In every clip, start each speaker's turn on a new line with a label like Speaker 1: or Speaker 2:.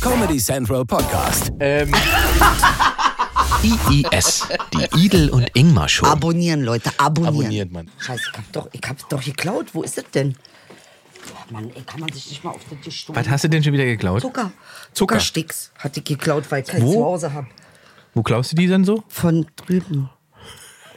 Speaker 1: Comedy Central Podcast.
Speaker 2: Ähm,
Speaker 3: IIS, die Idel und Ingmar Show.
Speaker 4: Abonnieren, Leute, abonnieren.
Speaker 2: abonniert man.
Speaker 4: Scheiße, ich hab, doch, ich hab's doch geklaut. Wo ist das denn? Oh Mann, ey, kann man sich nicht mal auf das gestohlen.
Speaker 3: Was hast du denn schon wieder geklaut?
Speaker 4: Zucker. Zuckersticks hatte ich geklaut, weil ich keins
Speaker 3: Wo?
Speaker 4: zu Hause hab.
Speaker 3: Wo klaust du die denn so?
Speaker 4: Von drüben.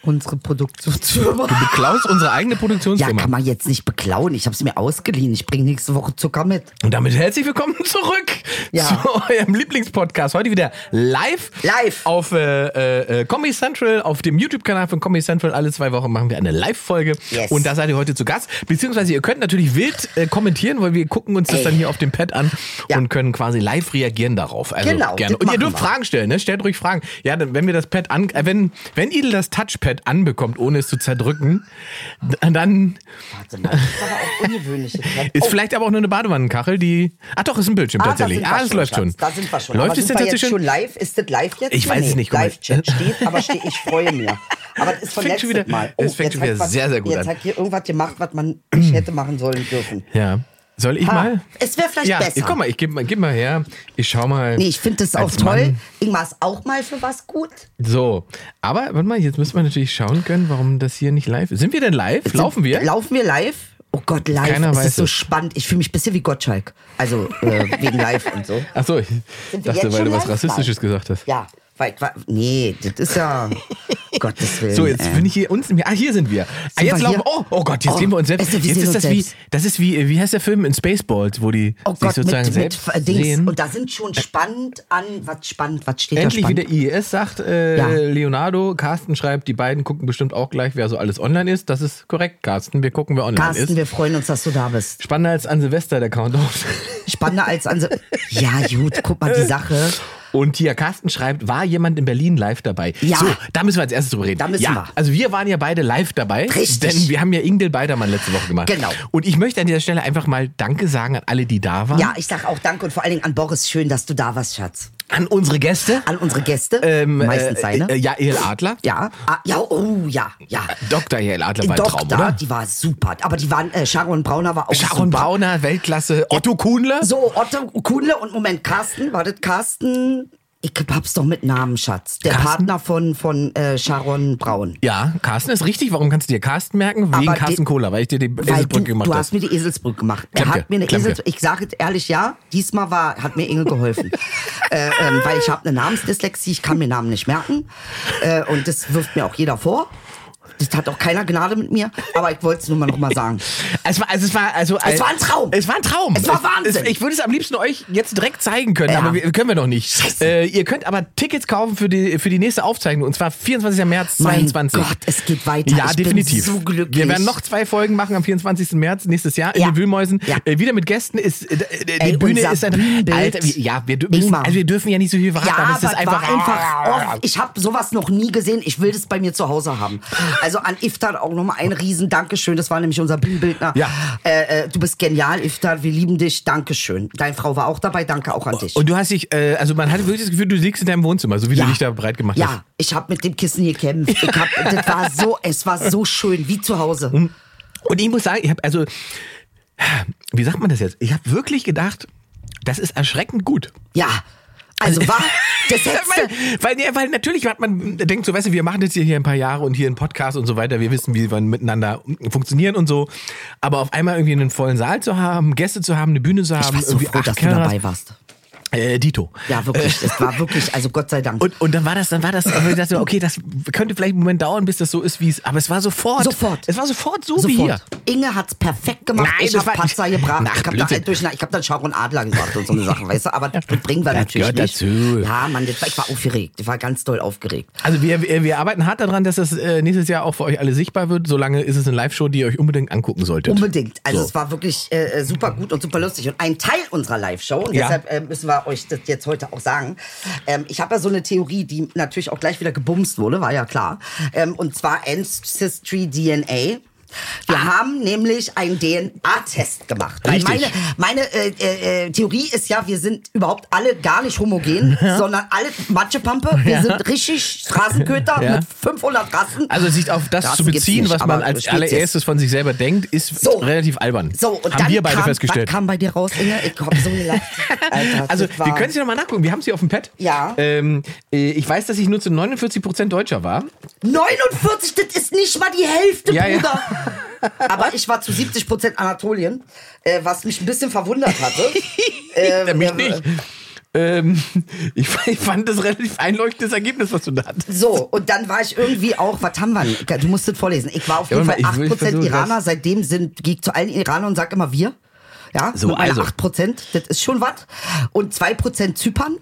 Speaker 4: Unsere Produktionsfirma.
Speaker 3: Du klaust unsere eigene
Speaker 4: Ja,
Speaker 3: Produktionsfirma.
Speaker 4: kann man jetzt nicht beklauen. Ich hab's mir ausgeliehen. Ich bringe nächste Woche Zucker mit.
Speaker 3: und damit herzlich willkommen zurück
Speaker 4: Ja.
Speaker 3: zu eurem Lieblingspodcast. Heute wieder live.
Speaker 4: Live.
Speaker 3: Auf äh, äh, Comedy Central, auf dem YouTube-Kanal von Comedy Central. Alle zwei Wochen machen wir eine Live-Folge.
Speaker 4: Yes.
Speaker 3: Und da seid ihr heute zu Gast. Beziehungsweise ihr könnt natürlich wild äh, kommentieren, weil wir gucken uns das
Speaker 4: Ey.
Speaker 3: dann hier auf dem Pad an
Speaker 4: Ja.
Speaker 3: und können quasi live reagieren darauf. Also
Speaker 4: Genau,
Speaker 3: gerne.
Speaker 4: das
Speaker 3: Und ihr
Speaker 4: machen
Speaker 3: dürft
Speaker 4: wir.
Speaker 3: Fragen stellen, ne? Stellt ruhig Fragen. Ja, dann, wenn wir das Pad an, äh, wenn, wenn Idel das Touchpad anbekommt, ohne es zu zerdrücken, d- dann
Speaker 4: Warte mal, das ist aber auch ungewöhnlich.
Speaker 3: ist vielleicht aber auch nur eine Badewannenkachel, die. Ach doch, ist ein Bildschirm
Speaker 4: Oh. Ah, da
Speaker 3: tatsächlich.
Speaker 4: sind wir
Speaker 3: Ah, es
Speaker 4: schon,
Speaker 3: läuft
Speaker 4: Schatz.
Speaker 3: schon.
Speaker 4: Da sind wir schon.
Speaker 3: Läuft es
Speaker 4: aber sind wir
Speaker 3: tatsächlich
Speaker 4: jetzt
Speaker 3: schon?
Speaker 4: schon live? Ist das live jetzt?
Speaker 3: Ich
Speaker 4: Ja,
Speaker 3: weiß es nicht, guck mal.
Speaker 4: Live-Chat steht, aber steht, ich freue mich. Aber das ist von
Speaker 3: Fängt schon
Speaker 4: letztem
Speaker 3: wieder-
Speaker 4: Mal. Oh,
Speaker 3: es fängt
Speaker 4: jetzt
Speaker 3: schon
Speaker 4: hat
Speaker 3: wieder
Speaker 4: was-
Speaker 3: sehr, sehr gut
Speaker 4: Jetzt
Speaker 3: an.
Speaker 4: hat hier irgendwas gemacht, was man nicht hätte machen sollen dürfen.
Speaker 3: Ja. Soll ich
Speaker 4: Ha,
Speaker 3: mal?
Speaker 4: es wär vielleicht
Speaker 3: ja,
Speaker 4: besser.
Speaker 3: Ich, guck mal, ich geb, mal- geb mal her. Ich schau mal.
Speaker 4: Nee, ich finde das auch
Speaker 3: als
Speaker 4: toll.
Speaker 3: Mann.
Speaker 4: Ingmar ist auch mal für was gut.
Speaker 3: So. Aber, warte mal, jetzt müssen wir natürlich schauen können, warum das hier nicht live ist. Sind wir denn live? Laufen wir?
Speaker 4: Laufen wir live? Oh Gott, live.
Speaker 3: Keiner
Speaker 4: es
Speaker 3: weiß
Speaker 4: ist so
Speaker 3: es.
Speaker 4: spannend. Ich fühle mich ein bisschen wie Gottschalk. Also äh, wegen live und so.
Speaker 3: Achso, ich
Speaker 4: Sind wir
Speaker 3: dachte,
Speaker 4: jetzt
Speaker 3: weil du
Speaker 4: schon
Speaker 3: was
Speaker 4: live?
Speaker 3: Rassistisches gesagt hast.
Speaker 4: Ja, weil, weil nee, das ist ja Gottes Willen. äh.
Speaker 3: So, jetzt bin ich hier uns. Ah, hier sind wir. Ah,
Speaker 4: Sind
Speaker 3: jetzt
Speaker 4: wir
Speaker 3: laufen.
Speaker 4: hier?
Speaker 3: Oh, oh Gott, jetzt
Speaker 4: Oh,
Speaker 3: sehen wir uns selbst.
Speaker 4: also wir
Speaker 3: jetzt
Speaker 4: sehen
Speaker 3: ist
Speaker 4: uns
Speaker 3: das wie,
Speaker 4: selbst.
Speaker 3: das ist wie, wie heißt der Film in Spaceballs, wo die
Speaker 4: Oh
Speaker 3: sich
Speaker 4: Gott, mit,
Speaker 3: sozusagen
Speaker 4: mit
Speaker 3: selbst
Speaker 4: äh, Dings.
Speaker 3: sehen.
Speaker 4: Und da sind schon spannend an, was spannend, was steht
Speaker 3: Endlich
Speaker 4: da spannend.
Speaker 3: wieder IES sagt äh,
Speaker 4: Ja.
Speaker 3: Leonardo. Carsten schreibt, die beiden gucken bestimmt auch gleich, wer so alles online ist. Das ist korrekt, Carsten. Wir gucken, wer online
Speaker 4: Carsten,
Speaker 3: ist.
Speaker 4: wir freuen uns, dass du da bist.
Speaker 3: Spannender als an Silvester der Countdown.
Speaker 4: Spannender als an. so- Ja, gut, guck mal die Sache.
Speaker 3: Und hier, Carsten schreibt, war jemand in Berlin live dabei?
Speaker 4: Ja.
Speaker 3: So, da müssen wir als erstes drüber reden.
Speaker 4: Da müssen
Speaker 3: ja,
Speaker 4: wir.
Speaker 3: Also wir waren ja beide live dabei.
Speaker 4: Richtig.
Speaker 3: Denn wir haben ja Ingdil Beidermann letzte Woche gemacht.
Speaker 4: Genau.
Speaker 3: Und ich möchte an dieser Stelle einfach mal Danke sagen an alle, die da waren.
Speaker 4: Ja, ich sag auch Dank und vor allen Dingen an Boris. Schön, dass du da warst, Schatz.
Speaker 3: An unsere Gäste.
Speaker 4: An unsere Gäste, meistens
Speaker 3: äh,
Speaker 4: seine.
Speaker 3: Äh, Jael Adler.
Speaker 4: ja, ah, ja, oh ja, ja.
Speaker 3: Dr. Jael Adler war ein
Speaker 4: Doktor,
Speaker 3: Traum, oder?
Speaker 4: die war super. Aber die waren, äh, Sharon Brauner war auch
Speaker 3: Sharon
Speaker 4: super.
Speaker 3: Brauner, Weltklasse. Otto Kuhnle.
Speaker 4: So, Otto Kuhnle und Moment, Carsten, war das Carsten? Ich hab's doch mit Namen, Schatz. Der
Speaker 3: Carsten?
Speaker 4: Partner von, von äh, Sharon Braun.
Speaker 3: Ja, Carsten ist richtig. Warum kannst du dir Carsten merken? Wegen
Speaker 4: Aber
Speaker 3: Carsten
Speaker 4: die-
Speaker 3: Kohler, weil ich dir die
Speaker 4: Weil du,
Speaker 3: Eselsbrücke gemacht
Speaker 4: du hast
Speaker 3: habe.
Speaker 4: mir die Eselsbrücke gemacht.
Speaker 3: Klemke,
Speaker 4: er hat mir eine
Speaker 3: Klemke.
Speaker 4: Eselsbrücke. Ich sage jetzt ehrlich, ja, diesmal war, hat mir Inge geholfen. äh, ähm, weil ich habe eine Namensdyslexie, ich kann mir Namen nicht merken. Äh, und das wirft mir auch jeder vor. Das hat auch keiner Gnade mit mir, aber ich wollte es nur mal noch mal sagen.
Speaker 3: Es war, also es war, also,
Speaker 4: Es war ein Traum.
Speaker 3: Es war ein Traum.
Speaker 4: Es war Wahnsinn.
Speaker 3: Es, ich würde es am liebsten euch jetzt direkt zeigen können,
Speaker 4: Ja.
Speaker 3: aber wir, können wir noch nicht.
Speaker 4: Scheiße.
Speaker 3: Äh, ihr könnt aber Tickets kaufen für die, für die nächste Aufzeichnung und zwar 24. März
Speaker 4: Mein
Speaker 3: 22.
Speaker 4: Gott, es geht weiter.
Speaker 3: Ja,
Speaker 4: ich
Speaker 3: definitiv.
Speaker 4: Bin so glücklich.
Speaker 3: Wir werden noch zwei Folgen machen am 24. März nächstes Jahr in
Speaker 4: Ja.
Speaker 3: den Wühlmäusen.
Speaker 4: Ja.
Speaker 3: Äh, wieder mit Gästen ist äh, äh, die
Speaker 4: Ey,
Speaker 3: Bühne
Speaker 4: unser
Speaker 3: ist ein
Speaker 4: Bühnenbild.
Speaker 3: Alter, wir, ja, wir, dür- müssen,
Speaker 4: Ingmar.
Speaker 3: also wir dürfen ja nicht so viel verraten,
Speaker 4: Ja,
Speaker 3: aber es ist
Speaker 4: das
Speaker 3: einfach, Ah.
Speaker 4: war einfach oft. Ich habe sowas noch nie gesehen. Ich will das bei mir zu Hause haben. Also an Iftar auch nochmal ein riesen Dankeschön. Das war nämlich unser Bühnenbildner.
Speaker 3: Ja.
Speaker 4: Äh, äh, du bist genial, Iftar. Wir lieben dich. Dankeschön. Deine Frau war auch dabei. Danke auch an dich.
Speaker 3: Und du hast dich, äh, also man hatte wirklich das Gefühl, du liegst in deinem Wohnzimmer, so wie du dich da breit gemacht hast.
Speaker 4: ja, ich habe mit dem Kissen gekämpft. Ich hab, das war so, es war so schön, wie zu Hause.
Speaker 3: Und ich muss sagen, ich habe also, wie sagt man das jetzt? Ich habe wirklich gedacht, das ist erschreckend gut.
Speaker 4: Ja, also war das
Speaker 3: Weil,
Speaker 4: hättest du-
Speaker 3: weil, ja, weil natürlich hat man denkt so, weißt du, wir machen das hier, hier ein paar Jahre und hier einen Podcast und so weiter. Wir wissen, wie wir miteinander funktionieren und so. Aber auf einmal irgendwie einen vollen Saal zu haben, Gäste zu haben, eine Bühne zu haben,
Speaker 4: Ich war so
Speaker 3: irgendwie
Speaker 4: froh,
Speaker 3: acht
Speaker 4: dass du
Speaker 3: Kameras.
Speaker 4: dabei warst.
Speaker 3: Äh, Dito.
Speaker 4: Ja, wirklich. Es war wirklich, also Gott sei Dank.
Speaker 3: Und, und dann war das, dann war das, aber ich dachte, okay, das könnte vielleicht einen Moment dauern, bis das so ist, wie es, aber es war sofort.
Speaker 4: Sofort.
Speaker 3: Es war sofort so wie hier.
Speaker 4: Sofort. Inge hat's perfekt gemacht.
Speaker 3: Nein,
Speaker 4: ich
Speaker 3: das
Speaker 4: hab
Speaker 3: war-
Speaker 4: Patzer gebracht.
Speaker 3: Ach,
Speaker 4: ich hab da
Speaker 3: Blödsinn.
Speaker 4: halt durch, ich hab dann Sharon Adler gesagt und so eine Sache, weißt du? Aber das bringen wir
Speaker 3: Das
Speaker 4: natürlich
Speaker 3: gehört
Speaker 4: nicht.
Speaker 3: dazu.
Speaker 4: Ja, Mann, das war, ich war aufgeregt. Ich war ganz doll aufgeregt.
Speaker 3: Also wir, wir, wir arbeiten hart daran, dass das äh, nächstes Jahr auch für euch alle sichtbar wird. Solange ist es eine Live-Show, die ihr euch unbedingt angucken solltet.
Speaker 4: Unbedingt. Also
Speaker 3: So.
Speaker 4: es war wirklich äh, super gut und super lustig. Und ein Teil unserer Live-Show, und
Speaker 3: Ja.
Speaker 4: deshalb äh, müssen wir euch das jetzt heute auch sagen. Ähm, ich habe ja so eine Theorie, die natürlich auch gleich wieder gebumst wurde, war ja klar. Ähm, und zwar Ancestry DNA. Wir haben nämlich einen DNA-Test gemacht. Weil
Speaker 3: Ah. Richtig.
Speaker 4: meine meine äh, äh, äh, Theorie ist ja, wir sind überhaupt alle gar nicht homogen, sondern alle Matschepampe. Wir
Speaker 3: Ja.
Speaker 4: sind richtig Straßenköter
Speaker 3: Ja.
Speaker 4: mit 500 Rassen.
Speaker 3: Also sich auf das
Speaker 4: Rassen
Speaker 3: zu
Speaker 4: gibt's
Speaker 3: beziehen,
Speaker 4: nicht,
Speaker 3: was man
Speaker 4: aber
Speaker 3: als
Speaker 4: Spezies.
Speaker 3: allererstes von sich selber denkt, ist
Speaker 4: So.
Speaker 3: relativ albern.
Speaker 4: So, und
Speaker 3: Haben
Speaker 4: dann
Speaker 3: wir beide
Speaker 4: kam,
Speaker 3: festgestellt.
Speaker 4: Was kam bei dir raus, Inge? Ich hab so gelacht. Alter,
Speaker 3: Also,
Speaker 4: das war-
Speaker 3: wir können sie nochmal nachgucken. Wir haben sie auf dem Pad.
Speaker 4: Ja.
Speaker 3: Ähm, äh, ich weiß, dass ich nur zu 49% Deutscher war.
Speaker 4: 49, das ist nicht mal die Hälfte,
Speaker 3: Ja, ja.
Speaker 4: Bruder. Aber ich war zu 70 Prozent Anatolien, äh, was mich ein bisschen verwundert hatte. Ähm,
Speaker 3: Ja, mich
Speaker 4: äh,
Speaker 3: nicht. Ähm, ich, f- ich fand das relativ einleuchtendes Ergebnis, was du da hattest.
Speaker 4: So, und dann war ich irgendwie auch, was haben wir denn? Du musst das vorlesen. Ich war auf
Speaker 3: Ja,
Speaker 4: jeden Fall
Speaker 3: warte mal, ich will- ich
Speaker 4: 8%
Speaker 3: versuch
Speaker 4: Iraner,
Speaker 3: das.
Speaker 4: seitdem sind, gehe ich zu allen Iranern und sage immer wir. Ja,
Speaker 3: So,
Speaker 4: mit meiner
Speaker 3: also.
Speaker 4: 8%, das ist schon was. Und 2% Zypern.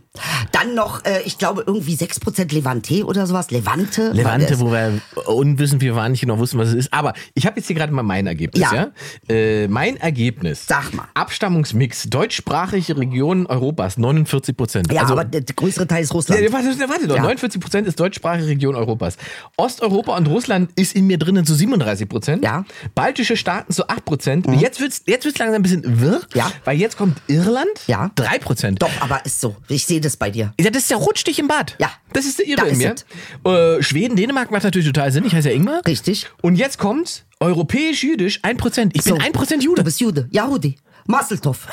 Speaker 4: Dann noch, äh, ich glaube, irgendwie 6% Levante oder sowas. Levante. war das.
Speaker 3: Levante, wo wir unwissend wir waren, nicht genau wussten, was es ist. Aber ich habe jetzt hier gerade mal mein Ergebnis. Ja.
Speaker 4: Ja.
Speaker 3: Äh, mein Ergebnis.
Speaker 4: Sag mal.
Speaker 3: Abstammungsmix. Deutschsprachige Regionen Europas, 49 Prozent.
Speaker 4: Ja, aber der größere Teil ist Russland.
Speaker 3: Nee, warte, warte doch.
Speaker 4: Ja.
Speaker 3: 49 Prozent ist deutschsprachige Region Europas. Osteuropa und Russland ist in mir drinnen zu 37 Prozent.
Speaker 4: Ja. Mhm.
Speaker 3: Baltische Staaten zu 8 Prozent. Jetzt wird's, jetzt wird's langsam ein bisschen wirr.
Speaker 4: Ja.
Speaker 3: Weil jetzt kommt Irland.
Speaker 4: Ja.
Speaker 3: 3 Prozent.
Speaker 4: Doch, aber ist so. Ich sehe das bei dir.
Speaker 3: Ja, das ist der Rotstich im Bad.
Speaker 4: Ja.
Speaker 3: Das ist der Irre
Speaker 4: Da
Speaker 3: in
Speaker 4: ist
Speaker 3: mir. Äh, Schweden, Dänemark macht natürlich total Sinn. Ich heiße ja Ingmar.
Speaker 4: Richtig.
Speaker 3: Und jetzt kommt europäisch-jüdisch 1%. Ich
Speaker 4: So.
Speaker 3: bin 1% Jude.
Speaker 4: Du bist Jude. Yahudi. Masseltoff.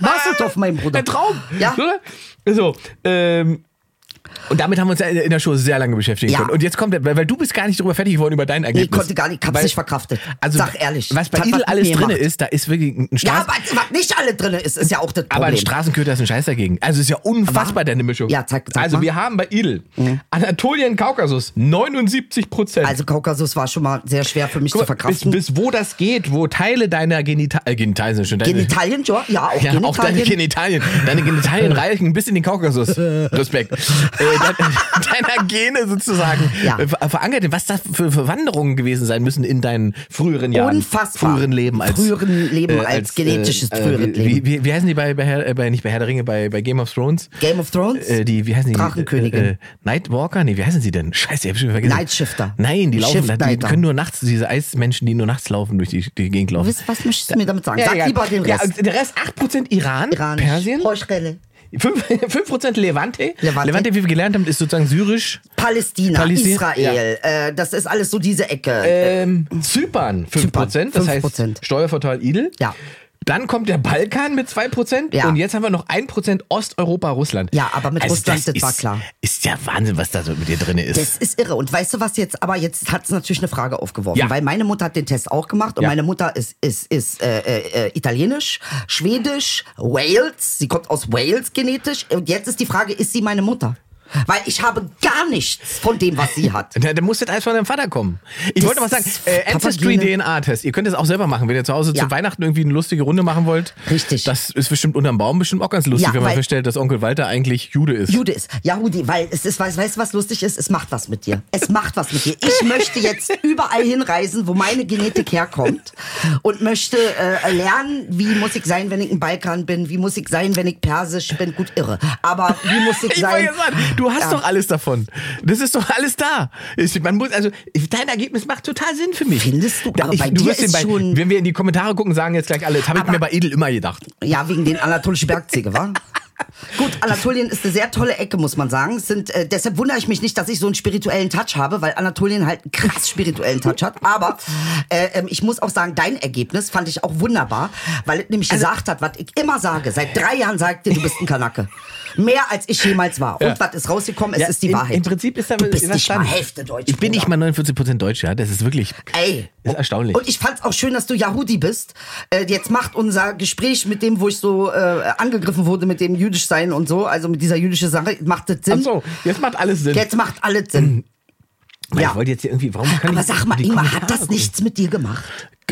Speaker 4: Masseltoff, mein Bruder.
Speaker 3: Ein Traum.
Speaker 4: Ja.
Speaker 3: Oder? So, ähm, und damit haben wir uns ja in der Show sehr lange beschäftigen
Speaker 4: Ja.
Speaker 3: können. Und jetzt kommt, der- weil, weil du bist gar nicht drüber fertig geworden über dein
Speaker 4: Nee,
Speaker 3: Ergebnis.
Speaker 4: ich konnte gar nicht, hab's
Speaker 3: Weil-
Speaker 4: nicht verkraftet.
Speaker 3: Also,
Speaker 4: Sag ehrlich.
Speaker 3: Was bei
Speaker 4: Das hat
Speaker 3: Idel
Speaker 4: was mit
Speaker 3: alles
Speaker 4: mir
Speaker 3: drin
Speaker 4: gemacht.
Speaker 3: ist, da ist wirklich ein Straß
Speaker 4: Ja, aber was nicht alle drin ist, ist ja auch das Problem.
Speaker 3: aber ein Straßenköter ist ein Scheiß dagegen. Also ist ja unfassbar
Speaker 4: Aber-
Speaker 3: deine Mischung.
Speaker 4: Ja, zeig- zeig
Speaker 3: Also
Speaker 4: mal.
Speaker 3: wir haben bei Idel Anatolien, Kaukasus 79 Prozent.
Speaker 4: also Kaukasus war schon mal sehr schwer für mich zu
Speaker 3: Guck mal,
Speaker 4: verkraften.
Speaker 3: Bis, bis wo das geht, wo Teile deiner Genitalien, äh, Genitalien sind schon deine,
Speaker 4: Genitalien, ja, ja, auch
Speaker 3: ja,
Speaker 4: Genitalien.
Speaker 3: auch deine Genitalien, deine Genitalien reichen bis in den Kaukasus. Respekt. Äh, dein, deiner Gene sozusagen
Speaker 4: Ja.
Speaker 3: äh, ver- verankert, was das für Verwanderungen gewesen sein müssen in deinen früheren Jahren,
Speaker 4: Unfassbar.
Speaker 3: früheren Leben als äh,
Speaker 4: Früheren Leben als genetisches früheres
Speaker 3: wie-
Speaker 4: Leben.
Speaker 3: Wie, wie heißen die bei, bei, Herr, äh, bei nicht bei Herr der Ringe bei, bei Game of Thrones?
Speaker 4: Game of Thrones?
Speaker 3: Äh, die, wie heißen die?
Speaker 4: Drachenkönigin.
Speaker 3: Äh, äh, Nightwalker? Nee, wie heißen sie denn? Scheiße, ich hab schon vergessen.
Speaker 4: Night Shifter.
Speaker 3: Nein, die laufen,
Speaker 4: Shift
Speaker 3: die
Speaker 4: Nighter.
Speaker 3: können nur nachts, diese Eismenschen, die nur nachts laufen, durch die, die Gegend
Speaker 4: Du
Speaker 3: laufen.
Speaker 4: wisst, was möchtest du mir damit sagen? Sag
Speaker 3: Ja, ja.
Speaker 4: lieber den
Speaker 3: Ja,
Speaker 4: Rest.
Speaker 3: und der Rest 8% Iran,
Speaker 4: Iranisch.
Speaker 3: Persien,
Speaker 4: Heuschrelle.
Speaker 3: 5%, 5 Levante.
Speaker 4: Levante.
Speaker 3: Levante, wie wir gelernt haben, ist sozusagen syrisch.
Speaker 4: Palästina,
Speaker 3: Palästin-
Speaker 4: Israel, äh, das ist alles so diese Ecke.
Speaker 3: Ähm, Zypern 5%, das heißt
Speaker 4: 5%.
Speaker 3: Steuervorteil Idel.
Speaker 4: Ja.
Speaker 3: Dann kommt der Balkan mit 2%
Speaker 4: Ja.
Speaker 3: und jetzt haben wir noch 1% Osteuropa, Russland. Also
Speaker 4: Ja, aber mit Russland, das
Speaker 3: ist,
Speaker 4: war klar.
Speaker 3: Ist ja Wahnsinn, was da so mit dir drin ist.
Speaker 4: Das ist irre. Und weißt du was jetzt, aber jetzt hat es natürlich eine Frage aufgeworfen,
Speaker 3: Ja.
Speaker 4: weil meine Mutter hat den Test auch gemacht und
Speaker 3: Ja.
Speaker 4: meine Mutter ist, ist, ist äh, äh, äh, italienisch, schwedisch, Wales, sie kommt aus Wales genetisch und jetzt ist die Frage, ist sie meine Mutter? Weil ich habe gar nichts von dem, was sie hat.
Speaker 3: Na, dann muss das alles von deinem Vater kommen. Ich
Speaker 4: Das
Speaker 3: wollte mal sagen,
Speaker 4: ist
Speaker 3: äh,
Speaker 4: Papagene.
Speaker 3: Ancestry-DNA-Test. Ihr könnt das auch selber machen, wenn ihr zu Hause
Speaker 4: Ja.
Speaker 3: zu Weihnachten irgendwie eine lustige Runde machen wollt.
Speaker 4: Richtig.
Speaker 3: Das ist bestimmt unterm Baum bestimmt auch ganz lustig,
Speaker 4: Ja,
Speaker 3: wenn man
Speaker 4: weil-
Speaker 3: feststellt, dass Onkel Walter eigentlich Jude ist.
Speaker 4: Jude ist. Yahudi, weil es ist, weißt, weißt du, was lustig ist? Es macht was mit dir. Es macht was mit dir. Ich möchte jetzt überall hinreisen, wo meine Genetik herkommt und möchte äh, lernen, wie muss ich sein, wenn ich im Balkan bin, wie muss ich sein, wenn ich Persisch bin. Gut, irre. Aber wie muss ich,
Speaker 3: Ich wollte
Speaker 4: sein?
Speaker 3: ja sagen, du hast
Speaker 4: Ja.
Speaker 3: doch alles davon. Das ist doch alles da. Ich- Man muss, also, ich- dein Ergebnis macht total Sinn für mich.
Speaker 4: Findest du?
Speaker 3: Da-
Speaker 4: Aber bei
Speaker 3: du
Speaker 4: dir
Speaker 3: wirst den
Speaker 4: ist
Speaker 3: bei,
Speaker 4: schon-
Speaker 3: Wenn wir in die Kommentare gucken, sagen jetzt gleich alle, das habe ich
Speaker 4: Aber-
Speaker 3: mir bei Edel immer gedacht.
Speaker 4: Ja, wegen den anatolischen Bergziege, wa? Gut, Anatolien ist eine sehr tolle Ecke, muss man sagen. Es Sind, äh, deshalb wundere ich mich nicht, dass ich so einen spirituellen Touch habe, weil Anatolien halt einen krass spirituellen Touch hat. Aber äh, ähm, ich muss auch sagen, dein Ergebnis fand ich auch wunderbar, weil es
Speaker 3: Also
Speaker 4: nämlich gesagt hat, was ich immer sage. Seit drei Jahren sagt dir, du bist ein Kanacke. Mehr als ich jemals war. Und
Speaker 3: Ja.
Speaker 4: was ist rausgekommen? Es
Speaker 3: Ja,
Speaker 4: ist die
Speaker 3: im-
Speaker 4: Wahrheit.
Speaker 3: Im Prinzip ist da
Speaker 4: du bist
Speaker 3: was
Speaker 4: nicht mal
Speaker 3: dran.
Speaker 4: Hälfte Deutsch.
Speaker 3: Ich bin
Speaker 4: Bruder.
Speaker 3: nicht mal 49% Deutsch, ja. Das ist wirklich.
Speaker 4: Ey.
Speaker 3: Ist erstaunlich.
Speaker 4: Und ich fand's auch schön, dass du Yahudi bist. Äh, jetzt macht unser Gespräch mit dem, wo ich so äh, angegriffen wurde, mit dem jüdisch sein und so, also mit dieser jüdischen Sache, macht das Sinn?
Speaker 3: Ach so, jetzt macht alles Sinn.
Speaker 4: Jetzt macht alles Sinn.
Speaker 3: Mann,
Speaker 4: ja.
Speaker 3: Ich wollte jetzt hier irgendwie, warum kann
Speaker 4: Aber
Speaker 3: ich
Speaker 4: sag mal,
Speaker 3: die
Speaker 4: Ingmar,
Speaker 3: Kommentare
Speaker 4: hat das
Speaker 3: gucken?
Speaker 4: nichts mit dir gemacht?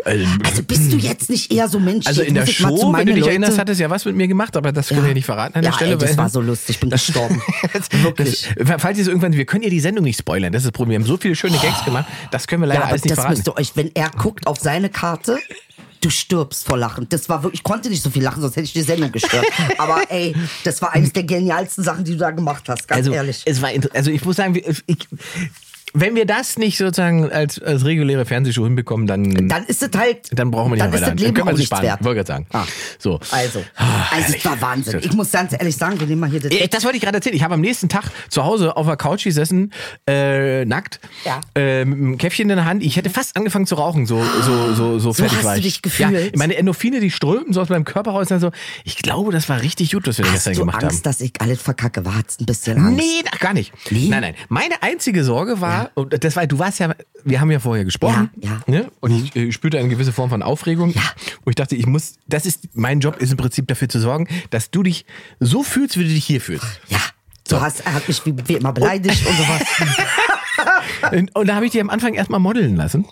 Speaker 3: Ähm,
Speaker 4: Also bist du jetzt nicht eher so Mensch?
Speaker 3: Also
Speaker 4: jetzt
Speaker 3: in der
Speaker 4: muss ich mal zu
Speaker 3: Show, wenn
Speaker 4: meinen
Speaker 3: du dich
Speaker 4: Leuten-
Speaker 3: erinnerst, hat es ja was mit mir gemacht, aber das können wir nicht verraten an
Speaker 4: ja,
Speaker 3: der Stelle.
Speaker 4: Ey, das
Speaker 3: weil-
Speaker 4: war so lustig, ich bin gestorben. Wirklich.
Speaker 3: Das, falls ihr es irgendwann, wir können ja die Sendung nicht spoilern, das ist das Problem. Wir haben so viele schöne Gags gemacht, das können wir leider
Speaker 4: Oh. Ja, aber
Speaker 3: alles nicht
Speaker 4: das
Speaker 3: verraten.
Speaker 4: müsst ihr euch, wenn er guckt auf seine Karte, du stirbst vor Lachen. Das war wirklich, ich konnte nicht so viel lachen, sonst hätte ich die Sendung gestört. aber ey, das war eines der genialsten Sachen, die du da gemacht hast, ganz
Speaker 3: also,
Speaker 4: ehrlich.
Speaker 3: Es war, inter- also ich muss sagen, wir- ich, wenn wir das nicht sozusagen als, als reguläre Fernsehshow hinbekommen, dann,
Speaker 4: Dann ist es halt.
Speaker 3: dann brauchen wir nicht
Speaker 4: dann
Speaker 3: mehr
Speaker 4: ist das
Speaker 3: weiter.
Speaker 4: Leben
Speaker 3: können wir
Speaker 4: auch
Speaker 3: sie
Speaker 4: nichts
Speaker 3: sparen.
Speaker 4: wert.
Speaker 3: Wollte gerade sagen.
Speaker 4: Ah.
Speaker 3: So.
Speaker 4: Also,
Speaker 3: Ah,
Speaker 4: also
Speaker 3: herrlich.
Speaker 4: es war Wahnsinn. Ich muss ganz ehrlich sagen, wir nehmen mal hier das.
Speaker 3: Ja, Das wollte ich gerade erzählen. Ich habe am nächsten Tag zu Hause auf der Couch gesessen, äh, nackt,
Speaker 4: Ja. Mhm.
Speaker 3: äh, mit einem Käffchen in der Hand. Ich hätte fast angefangen zu rauchen, so so so so fertig
Speaker 4: hast
Speaker 3: war
Speaker 4: du
Speaker 3: ich.
Speaker 4: dich gefühlt?
Speaker 3: Ja, meine Endorphine, die strömten so aus meinem Körper raus. Und so, ich glaube, das war richtig gut, was wir
Speaker 4: Hast
Speaker 3: gestern
Speaker 4: du
Speaker 3: gemacht haben.
Speaker 4: Angst, dass ich alles verkacke? War hat's ein bisschen Angst?
Speaker 3: Nee, ach, gar nicht. Nein, nein. Meine einzige Sorge war, und das war, du warst ja, wir haben ja vorher gesprochen.
Speaker 4: Ja, ja.
Speaker 3: Ne? Und ich äh, spürte eine gewisse Form von Aufregung. Ja. Und ich dachte, ich muss, das ist, mein Job ist im Prinzip dafür zu sorgen, dass du dich so fühlst, wie du dich hier fühlst.
Speaker 4: Ja. Du hast, er hat mich wie, wie immer beleidigt und sowas.
Speaker 3: Und, und da habe ich dich am Anfang erstmal modeln lassen.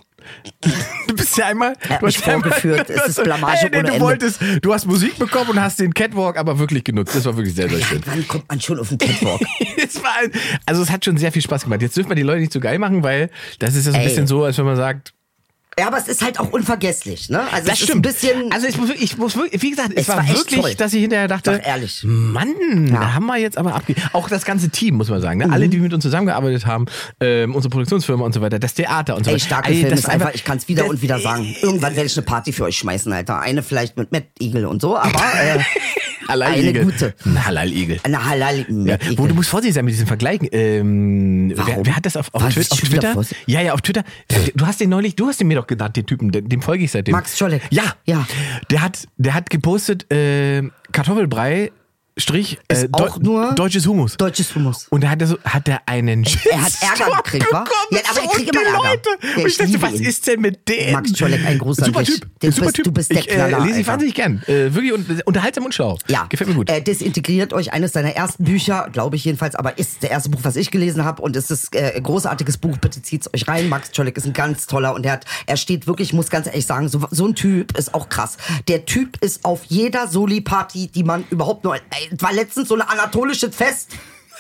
Speaker 3: Du bist ja einmal.
Speaker 4: Er hat
Speaker 3: du
Speaker 4: mich
Speaker 3: hast ja einmal-
Speaker 4: vorgeführt.
Speaker 3: du
Speaker 4: Es
Speaker 3: hast
Speaker 4: ist
Speaker 3: so-
Speaker 4: Blamage
Speaker 3: Ey, nee,
Speaker 4: ohne
Speaker 3: du
Speaker 4: Ende.
Speaker 3: wolltest, du hast Musik bekommen und hast den Catwalk aber wirklich genutzt. Das war wirklich sehr, sehr schön.
Speaker 4: Wann kommt man schon auf den Catwalk?
Speaker 3: Es war ein, also es hat schon sehr viel Spaß gemacht. Jetzt dürfen wir die Leute nicht zu geil machen, weil das ist ja so ein
Speaker 4: Ey.
Speaker 3: bisschen so, als wenn man sagt,
Speaker 4: Ja, aber es ist halt auch unvergesslich, ne? Also
Speaker 3: das
Speaker 4: es
Speaker 3: stimmt.
Speaker 4: ist ein bisschen.
Speaker 3: also ich muss, wirklich- ich muss wirklich, wie gesagt, es,
Speaker 4: Es
Speaker 3: war,
Speaker 4: war echt
Speaker 3: wirklich,
Speaker 4: toll.
Speaker 3: dass ich hinterher dachte,
Speaker 4: Sag ehrlich.
Speaker 3: Mann, da haben wir jetzt aber abge... Auch das ganze Team, muss man sagen,
Speaker 4: Mhm.
Speaker 3: ne? alle, die mit uns zusammengearbeitet haben, ähm, unsere Produktionsfirma und so weiter, das Theater und so
Speaker 4: Ey,
Speaker 3: weiter.
Speaker 4: starke
Speaker 3: Ey,
Speaker 4: Film
Speaker 3: also, das
Speaker 4: ist einfach, ich kann es wieder
Speaker 3: das-
Speaker 4: und wieder sagen. Irgendwann werde ich eine Party für euch schmeißen, Alter. Eine vielleicht mit Matt Eagle und so, aber äh, eine
Speaker 3: Halal-Igel.
Speaker 4: gute.
Speaker 3: Ein Halal-Igel.
Speaker 4: Eine halal
Speaker 3: Ja,
Speaker 4: Matt
Speaker 3: wo
Speaker 4: Eagle.
Speaker 3: du musst vorsichtig sein mit diesem Vergleichen. Ähm, wer,
Speaker 4: Warum?
Speaker 3: wer hat das auf, auf,
Speaker 4: Was,
Speaker 3: Twi
Speaker 4: bist du
Speaker 3: auf
Speaker 4: schon wieder
Speaker 3: Twitter?
Speaker 4: vorsichtig?
Speaker 3: Ja, ja, auf Twitter. Äh, Du hast den neulich, du hast den mir doch genannt, den Typen, dem, dem folge ich seitdem.
Speaker 4: Max Scholleck.
Speaker 3: Ja.
Speaker 4: Ja.
Speaker 3: Der hat, der hat gepostet, äh, Kartoffelbrei, Strich, äh,
Speaker 4: Ist auch nur-
Speaker 3: deutsches Humus.
Speaker 4: Deutsches Humus.
Speaker 3: und da hat er so, hat er einen
Speaker 4: Er hat Ärger
Speaker 3: Shitstorm
Speaker 4: gekriegt, wa?
Speaker 3: bekommen,
Speaker 4: Ja, aber
Speaker 3: so
Speaker 4: ich kriege immer
Speaker 3: viele
Speaker 4: Ärger.
Speaker 3: Leute.
Speaker 4: Ja,
Speaker 3: Und ich
Speaker 4: ich
Speaker 3: dachte,
Speaker 4: liebe
Speaker 3: was
Speaker 4: ihn.
Speaker 3: ist denn mit dem?
Speaker 4: Max Scholleck, ein großer
Speaker 3: Super
Speaker 4: Mensch.
Speaker 3: Typ.
Speaker 4: Den
Speaker 3: Super
Speaker 4: bist-
Speaker 3: Typ.
Speaker 4: du bist der
Speaker 3: ich,
Speaker 4: Knaller,
Speaker 3: Äh, lese ich
Speaker 4: Alter.
Speaker 3: wahnsinnig gern. Äh, wirklich und, unterhaltsam und schlau.
Speaker 4: Ja.
Speaker 3: Gefällt mir gut.
Speaker 4: Äh, desintegriert euch eines seiner ersten Bücher, glaube ich jedenfalls, aber ist der erste Buch, was ich gelesen habe und es ist äh, ein großartiges Buch, bitte zieht's euch rein. Max Czolek ist ein ganz toller und er hat er steht wirklich, muss ganz ehrlich sagen, so, so ein Typ ist auch krass. Der Typ ist auf jeder Soli Party, die man überhaupt nur äh, es war letztens so ein anatolisches Fest.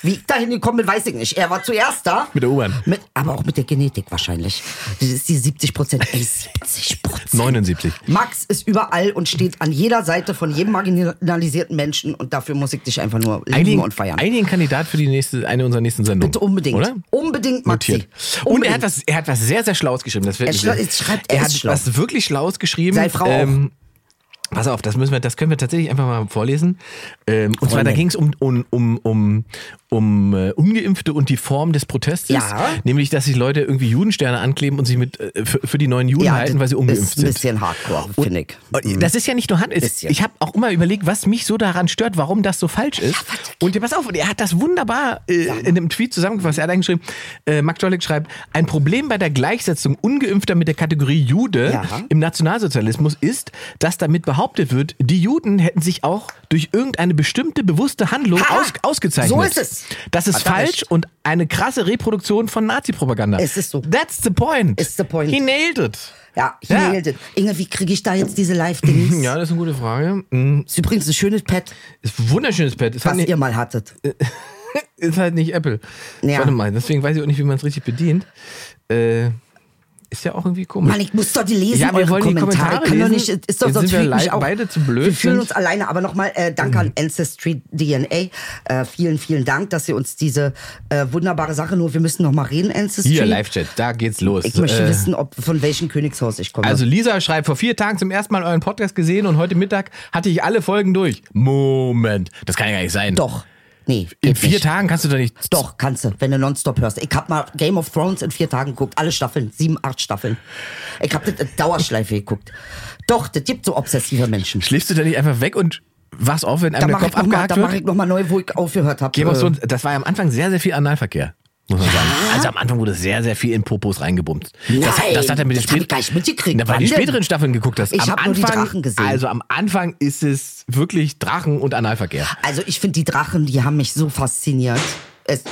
Speaker 4: Wie ich da hingekommen bin, weiß ich nicht. Er war zuerst da.
Speaker 3: Mit der U-Bahn.
Speaker 4: Mit- Aber auch mit der Genetik wahrscheinlich. Das ist die 70 Prozent. Ey, 70 Prozent.
Speaker 3: 79.
Speaker 4: Max ist überall und steht an jeder Seite von jedem marginalisierten Menschen und dafür muss ich dich einfach nur lieben
Speaker 3: Einigen,
Speaker 4: und feiern.
Speaker 3: einigen Kandidat für die nächste, eine unserer nächsten Sendungen.
Speaker 4: Bitte unbedingt.
Speaker 3: Oder?
Speaker 4: Unbedingt, Maxi.
Speaker 3: Notiert.
Speaker 4: Unbedingt.
Speaker 3: Und er hat was, er hat was sehr, sehr Schlaues geschrieben. Das fällt
Speaker 4: Er
Speaker 3: mir
Speaker 4: schla-
Speaker 3: sehr-
Speaker 4: es schreibt- er
Speaker 3: er
Speaker 4: ist
Speaker 3: hat
Speaker 4: schlau.
Speaker 3: was wirklich Schlaues geschrieben. Ähm,
Speaker 4: Seine Frau auch.
Speaker 3: Pass auf, das müssen wir, das können wir tatsächlich einfach mal vorlesen. Ähm, und zwar da ging es um um um um, um äh, ungeimpfte und die Form des Protestes,
Speaker 4: Ja.
Speaker 3: nämlich dass sich Leute irgendwie Judensterne ankleben und sich mit äh, für, für die neuen Juden
Speaker 4: ja,
Speaker 3: halten, weil
Speaker 4: das
Speaker 3: sie ungeimpft
Speaker 4: ist ein
Speaker 3: sind.
Speaker 4: bisschen hardcore, finde ich.
Speaker 3: Und Äh, Das ist ja nicht nur Hand. es-
Speaker 4: Bisschen.
Speaker 3: Ich habe auch immer überlegt, was mich so daran stört, warum das so falsch ist. Und pass auf, er hat das wunderbar äh, in einem Tweet zusammengefasst. Er hat eingeschrieben, äh, Max Jollik schreibt, ein Problem bei der Gleichsetzung ungeimpfter mit der Kategorie Jude
Speaker 4: Ja.
Speaker 3: im Nationalsozialismus ist, dass damit behauptet wird, die Juden hätten sich auch durch irgendeine bestimmte bewusste Handlung
Speaker 4: Ha!
Speaker 3: aus, ausgezeichnet.
Speaker 4: So ist es.
Speaker 3: Das ist
Speaker 4: Hat er
Speaker 3: falsch
Speaker 4: recht.
Speaker 3: und eine krasse Reproduktion von Nazi-Propaganda.
Speaker 4: Es ist so.
Speaker 3: That's the point.
Speaker 4: It's the point.
Speaker 3: He nailed it.
Speaker 4: Ja, ich nailed it. Inge, wie kriege ich da jetzt diese Live-Dings?
Speaker 3: Ja, das ist eine gute Frage.
Speaker 4: Ist übrigens ein schönes Pad,
Speaker 3: Ist ein wunderschönes Pad. Ist
Speaker 4: was
Speaker 3: halt, nicht,
Speaker 4: ihr mal hattet.
Speaker 3: ist halt nicht Apple.
Speaker 4: Ja.
Speaker 3: Warte mal, deswegen weiß ich auch nicht, wie man es richtig bedient. Äh, ist ja auch irgendwie komisch.
Speaker 4: Mann, ich muss doch die lesen,
Speaker 3: Ja, wir
Speaker 4: eure
Speaker 3: wollen die
Speaker 4: Kommentare.
Speaker 3: Kommentare
Speaker 4: Ich kann doch
Speaker 3: lesen.
Speaker 4: nicht, ist doch,
Speaker 3: Jetzt
Speaker 4: sonst
Speaker 3: sind wir
Speaker 4: fühlt mich
Speaker 3: leid-
Speaker 4: auch.
Speaker 3: beide zu blöd
Speaker 4: Wir fühlen
Speaker 3: sind. Mhm.
Speaker 4: uns alleine, aber nochmal äh, danke an Ancestry DNA. Äh, vielen, vielen Dank, dass ihr uns diese äh, wunderbare Sache, nur wir müssen nochmal reden, Ancestry.
Speaker 3: Hier, Live-Chat, da geht's los.
Speaker 4: Ich möchte
Speaker 3: Äh,
Speaker 4: wissen, ob von welchem Königshaus ich komme.
Speaker 3: also Lisa schreibt, vor vier Tagen zum ersten Mal euren Podcast gesehen und heute Mittag hatte ich alle Folgen durch. Moment, das kann ja gar nicht sein.
Speaker 4: doch. Nee.
Speaker 3: In
Speaker 4: geht
Speaker 3: vier
Speaker 4: nicht.
Speaker 3: Tagen kannst du doch nicht...
Speaker 4: Doch, kannst du, wenn du nonstop hörst. Ich hab mal Game of Thrones in vier Tagen geguckt. Alle Staffeln, sieben, acht Staffeln. Ich hab das in Dauerschleife geguckt. Doch, das gibt so obsessive Menschen.
Speaker 3: Schläfst du da nicht einfach weg und wachst auf, wenn
Speaker 4: Da
Speaker 3: einem der
Speaker 4: mache ich
Speaker 3: Kopf
Speaker 4: nochmal
Speaker 3: abgehakt
Speaker 4: noch
Speaker 3: wird?
Speaker 4: mal- da mach ich noch mal neu, wo ich aufgehört äh, habe.
Speaker 3: Game of Thrones, das war ja am Anfang sehr, sehr viel Analverkehr. Muss man sagen. Also am Anfang wurde sehr, sehr viel in Popos reingebumst. das,
Speaker 4: Nein,
Speaker 3: das hat er mit den
Speaker 4: das hab
Speaker 3: spät-
Speaker 4: ich gar nicht mitgekriegt.
Speaker 3: Na, weil
Speaker 4: Wann
Speaker 3: du die
Speaker 4: denn?
Speaker 3: späteren Staffeln geguckt hast.
Speaker 4: Ich
Speaker 3: Am
Speaker 4: hab nur die
Speaker 3: Anfang-
Speaker 4: Drachen gesehen.
Speaker 3: Also am Anfang ist es wirklich Drachen und Analverkehr.
Speaker 4: Also ich finde die Drachen, die haben mich so fasziniert. Es,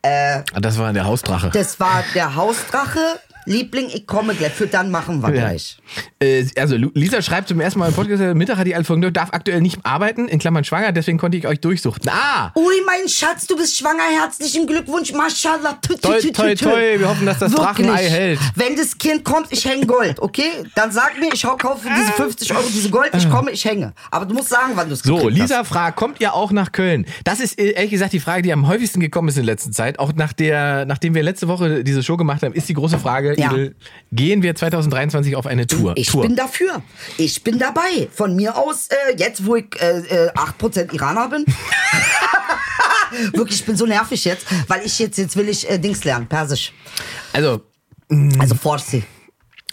Speaker 3: Das war der Hausdrache.
Speaker 4: das war der Hausdrache, Liebling, ich komme gleich. Für dann machen wir gleich.
Speaker 3: Äh, also Lu- Lisa schreibt zum ersten Mal im Podcast, äh, Mittag hat die Altfolgen, darf aktuell nicht arbeiten, in Klammern schwanger, deswegen konnte ich euch durchsuchten. Ah!
Speaker 4: Ui, mein Schatz, du bist schwanger. Herzlichen Glückwunsch. Maschallah. Tü, tü,
Speaker 3: Toi,
Speaker 4: tü, tü,
Speaker 3: toi,
Speaker 4: tü.
Speaker 3: toi. Wir hoffen, dass das Drachenei hält.
Speaker 4: Wenn das Kind kommt, ich hänge Gold, okay? Dann sag mir, ich hau- kaufe diese 50 Euro, diese Gold, ich komme, ich hänge. Aber du musst sagen, wann du es
Speaker 3: Ah. So,
Speaker 4: gekriegt hast.
Speaker 3: Lisa fragt, kommt ihr auch nach Köln? Das ist äh, ehrlich gesagt die Frage, die am häufigsten gekommen ist in letzter Zeit. Auch nach der, nachdem wir letzte Woche diese Show gemacht haben, ist die große Frage,
Speaker 4: Ja.
Speaker 3: Idel, gehen wir 2023 auf eine Tour?
Speaker 4: Ich
Speaker 3: Tour.
Speaker 4: bin dafür. Ich bin dabei. Von mir aus, äh, jetzt wo ich äh, äh, 8% Iraner bin. Wirklich, ich bin so nervig jetzt, weil ich jetzt, jetzt will ich äh, Dings lernen, Persisch.
Speaker 3: also,
Speaker 4: Also Farsi.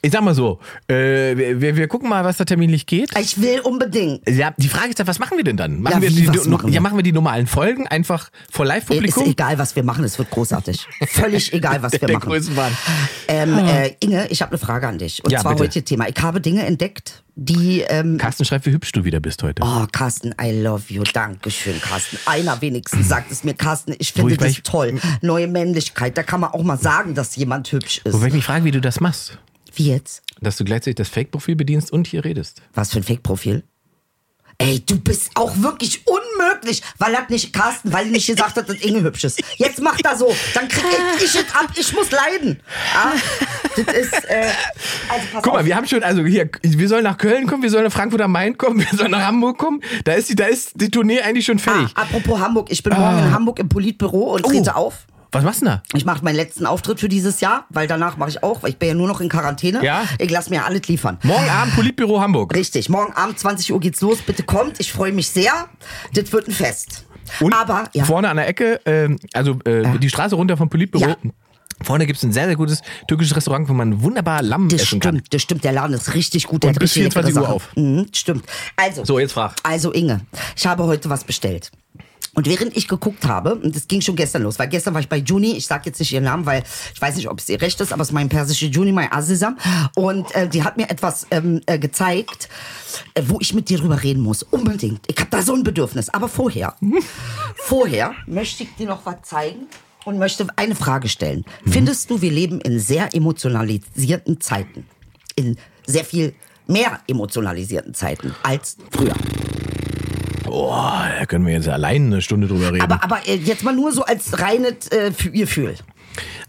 Speaker 3: ich sag mal so, äh, wir, wir- wir gucken mal, was da terminlich geht.
Speaker 4: Ich will unbedingt.
Speaker 3: Ja, die Frage ist, dann, was machen wir denn dann? Machen
Speaker 4: Ja,
Speaker 3: wir
Speaker 4: wie,
Speaker 3: die,
Speaker 4: was
Speaker 3: no-
Speaker 4: machen wir?
Speaker 3: Ja, machen wir die normalen Folgen einfach vor
Speaker 4: Äh, Ist
Speaker 3: Live-Publikum?
Speaker 4: egal, was wir machen, es wird großartig. Völlig egal, was wir
Speaker 3: der
Speaker 4: machen.
Speaker 3: Größenwahn. Ah.
Speaker 4: Ähm, äh, Inge, ich habe eine Frage an dich. Und
Speaker 3: Ja,
Speaker 4: zwar
Speaker 3: bitte.
Speaker 4: heute Thema. Ich habe Dinge entdeckt, die. Ähm,
Speaker 3: Carsten schreibt, wie hübsch du wieder bist heute.
Speaker 4: oh, Carsten, I love you. Dankeschön, Carsten. Einer wenigstens sagt es mir, Carsten, ich finde
Speaker 3: ich
Speaker 4: das
Speaker 3: mich-
Speaker 4: toll. Neue Männlichkeit. Da kann man auch mal sagen, dass jemand hübsch ist.
Speaker 3: Wobei ich mich frage, wie du das machst.
Speaker 4: Wie jetzt?
Speaker 3: Dass du gleichzeitig das Fake-Profil bedienst und hier redest.
Speaker 4: Was für ein Fake-Profil? Ey, du bist auch wirklich unmöglich, weil hat nicht Carsten, weil er nicht gesagt hat, dass Inge hübsch ist. Jetzt macht er so, dann krieg ich, ich es ab, ich muss leiden. Ah, das ist, äh, also pass
Speaker 3: Guck
Speaker 4: auf.
Speaker 3: mal, wir haben schon, also hier, wir sollen nach Köln kommen, wir sollen nach Frankfurt am Main kommen, wir sollen nach Hamburg kommen. Da ist die, da ist die Tournee eigentlich schon fertig.
Speaker 4: Ah, apropos Hamburg, ich bin morgen
Speaker 3: Ah.
Speaker 4: in Hamburg im Politbüro
Speaker 3: Oh.
Speaker 4: und trete auf.
Speaker 3: Was machst du denn da?
Speaker 4: Ich mache meinen letzten Auftritt für dieses Jahr, weil danach mache ich auch, weil ich bin ja nur noch in Quarantäne.
Speaker 3: Ja.
Speaker 4: Ich lasse mir ja alles liefern.
Speaker 3: Morgen Abend Politbüro Hamburg.
Speaker 4: Richtig, morgen Abend 20 Uhr geht's los. Bitte kommt, ich freue mich sehr. Das wird ein Fest.
Speaker 3: Und
Speaker 4: Aber ja,
Speaker 3: vorne an der Ecke, ähm, also äh, die Straße runter vom Politbüro.
Speaker 4: Ja.
Speaker 3: Vorne gibt es ein sehr, sehr gutes türkisches Restaurant, wo man wunderbar Lamm
Speaker 4: das
Speaker 3: essen
Speaker 4: stimmt,
Speaker 3: kann.
Speaker 4: das stimmt. Der Laden ist richtig gut. Der
Speaker 3: Und
Speaker 4: hat
Speaker 3: bis
Speaker 4: richtig leckere
Speaker 3: 24 Uhr
Speaker 4: Sachen.
Speaker 3: auf.
Speaker 4: Mhm, stimmt. Also,
Speaker 3: So, jetzt frag.
Speaker 4: Also Inge, ich habe heute was bestellt. Und während ich geguckt habe, und das ging schon gestern los, weil gestern war ich bei Juni, ich sage jetzt nicht ihren Namen, weil ich weiß nicht, ob es ihr recht ist, aber es ist mein persische Juni, mein Azizam. Und äh, die hat mir etwas ähm, äh, gezeigt, äh, wo ich mit dir drüber reden muss. Unbedingt. Ich habe da so ein Bedürfnis. Aber vorher, vorher möchte ich dir noch was zeigen und möchte eine Frage stellen. Findest du, wir leben in sehr emotionalisierten Zeiten? In sehr viel mehr emotionalisierten Zeiten als früher.
Speaker 3: Boah, da können wir jetzt allein eine Stunde drüber reden.
Speaker 4: Aber, aber äh, jetzt mal nur so als reines äh, F- Gefühl.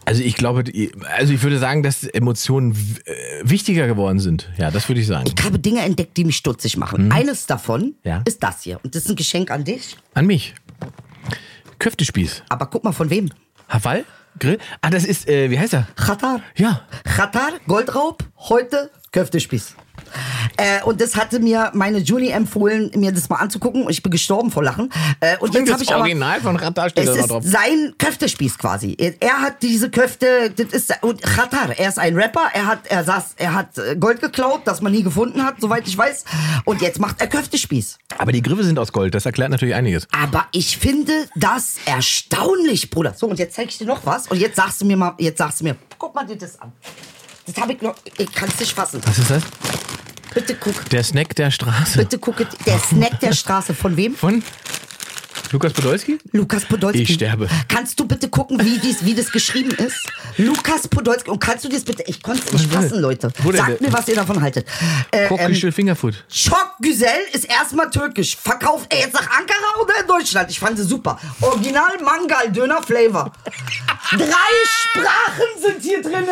Speaker 3: also ich glaube, die- also ich würde sagen, dass Emotionen w- äh, wichtiger geworden sind. Ja, das würde ich sagen.
Speaker 4: Ich habe Dinge entdeckt, die mich stutzig machen. Eines davon
Speaker 3: Ja.
Speaker 4: ist das hier. Und das ist ein Geschenk an dich.
Speaker 3: An mich. Köftespieß.
Speaker 4: Aber guck mal, von wem?
Speaker 3: Haval? Grill? Ah, das ist, äh, wie heißt er?
Speaker 4: Qatar.
Speaker 3: Ja.
Speaker 4: Qatar, Goldraub, heute Köftespieß. Äh, und das hatte mir meine Juni empfohlen, mir das mal anzugucken. Und Ich bin gestorben vor Lachen. Äh, und jetzt habe ich aber,
Speaker 3: von Radar
Speaker 4: Es ist sein Köftespieß quasi. Er hat diese Köfte, das ist und Khatar, er ist ein Rapper, er hat er saß, er hat äh, Gold geklaut, das man nie gefunden hat, soweit ich weiß, und jetzt macht er Köftespieß.
Speaker 3: Aber die Griffe sind aus Gold, das erklärt natürlich einiges.
Speaker 4: Aber ich finde das erstaunlich, Bruder. So und jetzt zeige ich dir noch was und jetzt sagst du mir mal, jetzt sagst du mir, guck mal dir das an. Das habe ich noch, ich kann es nicht fassen.
Speaker 3: Was ist das?
Speaker 4: Bitte guck,
Speaker 3: Der Snack der Straße.
Speaker 4: bitte guck, der Snack der Straße von wem?
Speaker 3: Von Lukas Podolski?
Speaker 4: Lukas Podolski.
Speaker 3: Ich sterbe.
Speaker 4: Kannst du bitte gucken, wie, dies, wie das geschrieben ist? Lukas Podolski. Und kannst du das bitte. Ich konnte es nicht
Speaker 3: Was ist
Speaker 4: fassen, Leute.
Speaker 3: Wo denn
Speaker 4: Sagt
Speaker 3: der-
Speaker 4: mir, was ihr davon haltet. Äh, ähm,
Speaker 3: Kochgeschirr Fingerfood.
Speaker 4: Schockgesell ist erstmal türkisch. Verkauft er jetzt nach Ankara oder in Deutschland? Ich fand sie super. Original Mangal Döner Flavor. Drei Sprachen sind hier drin.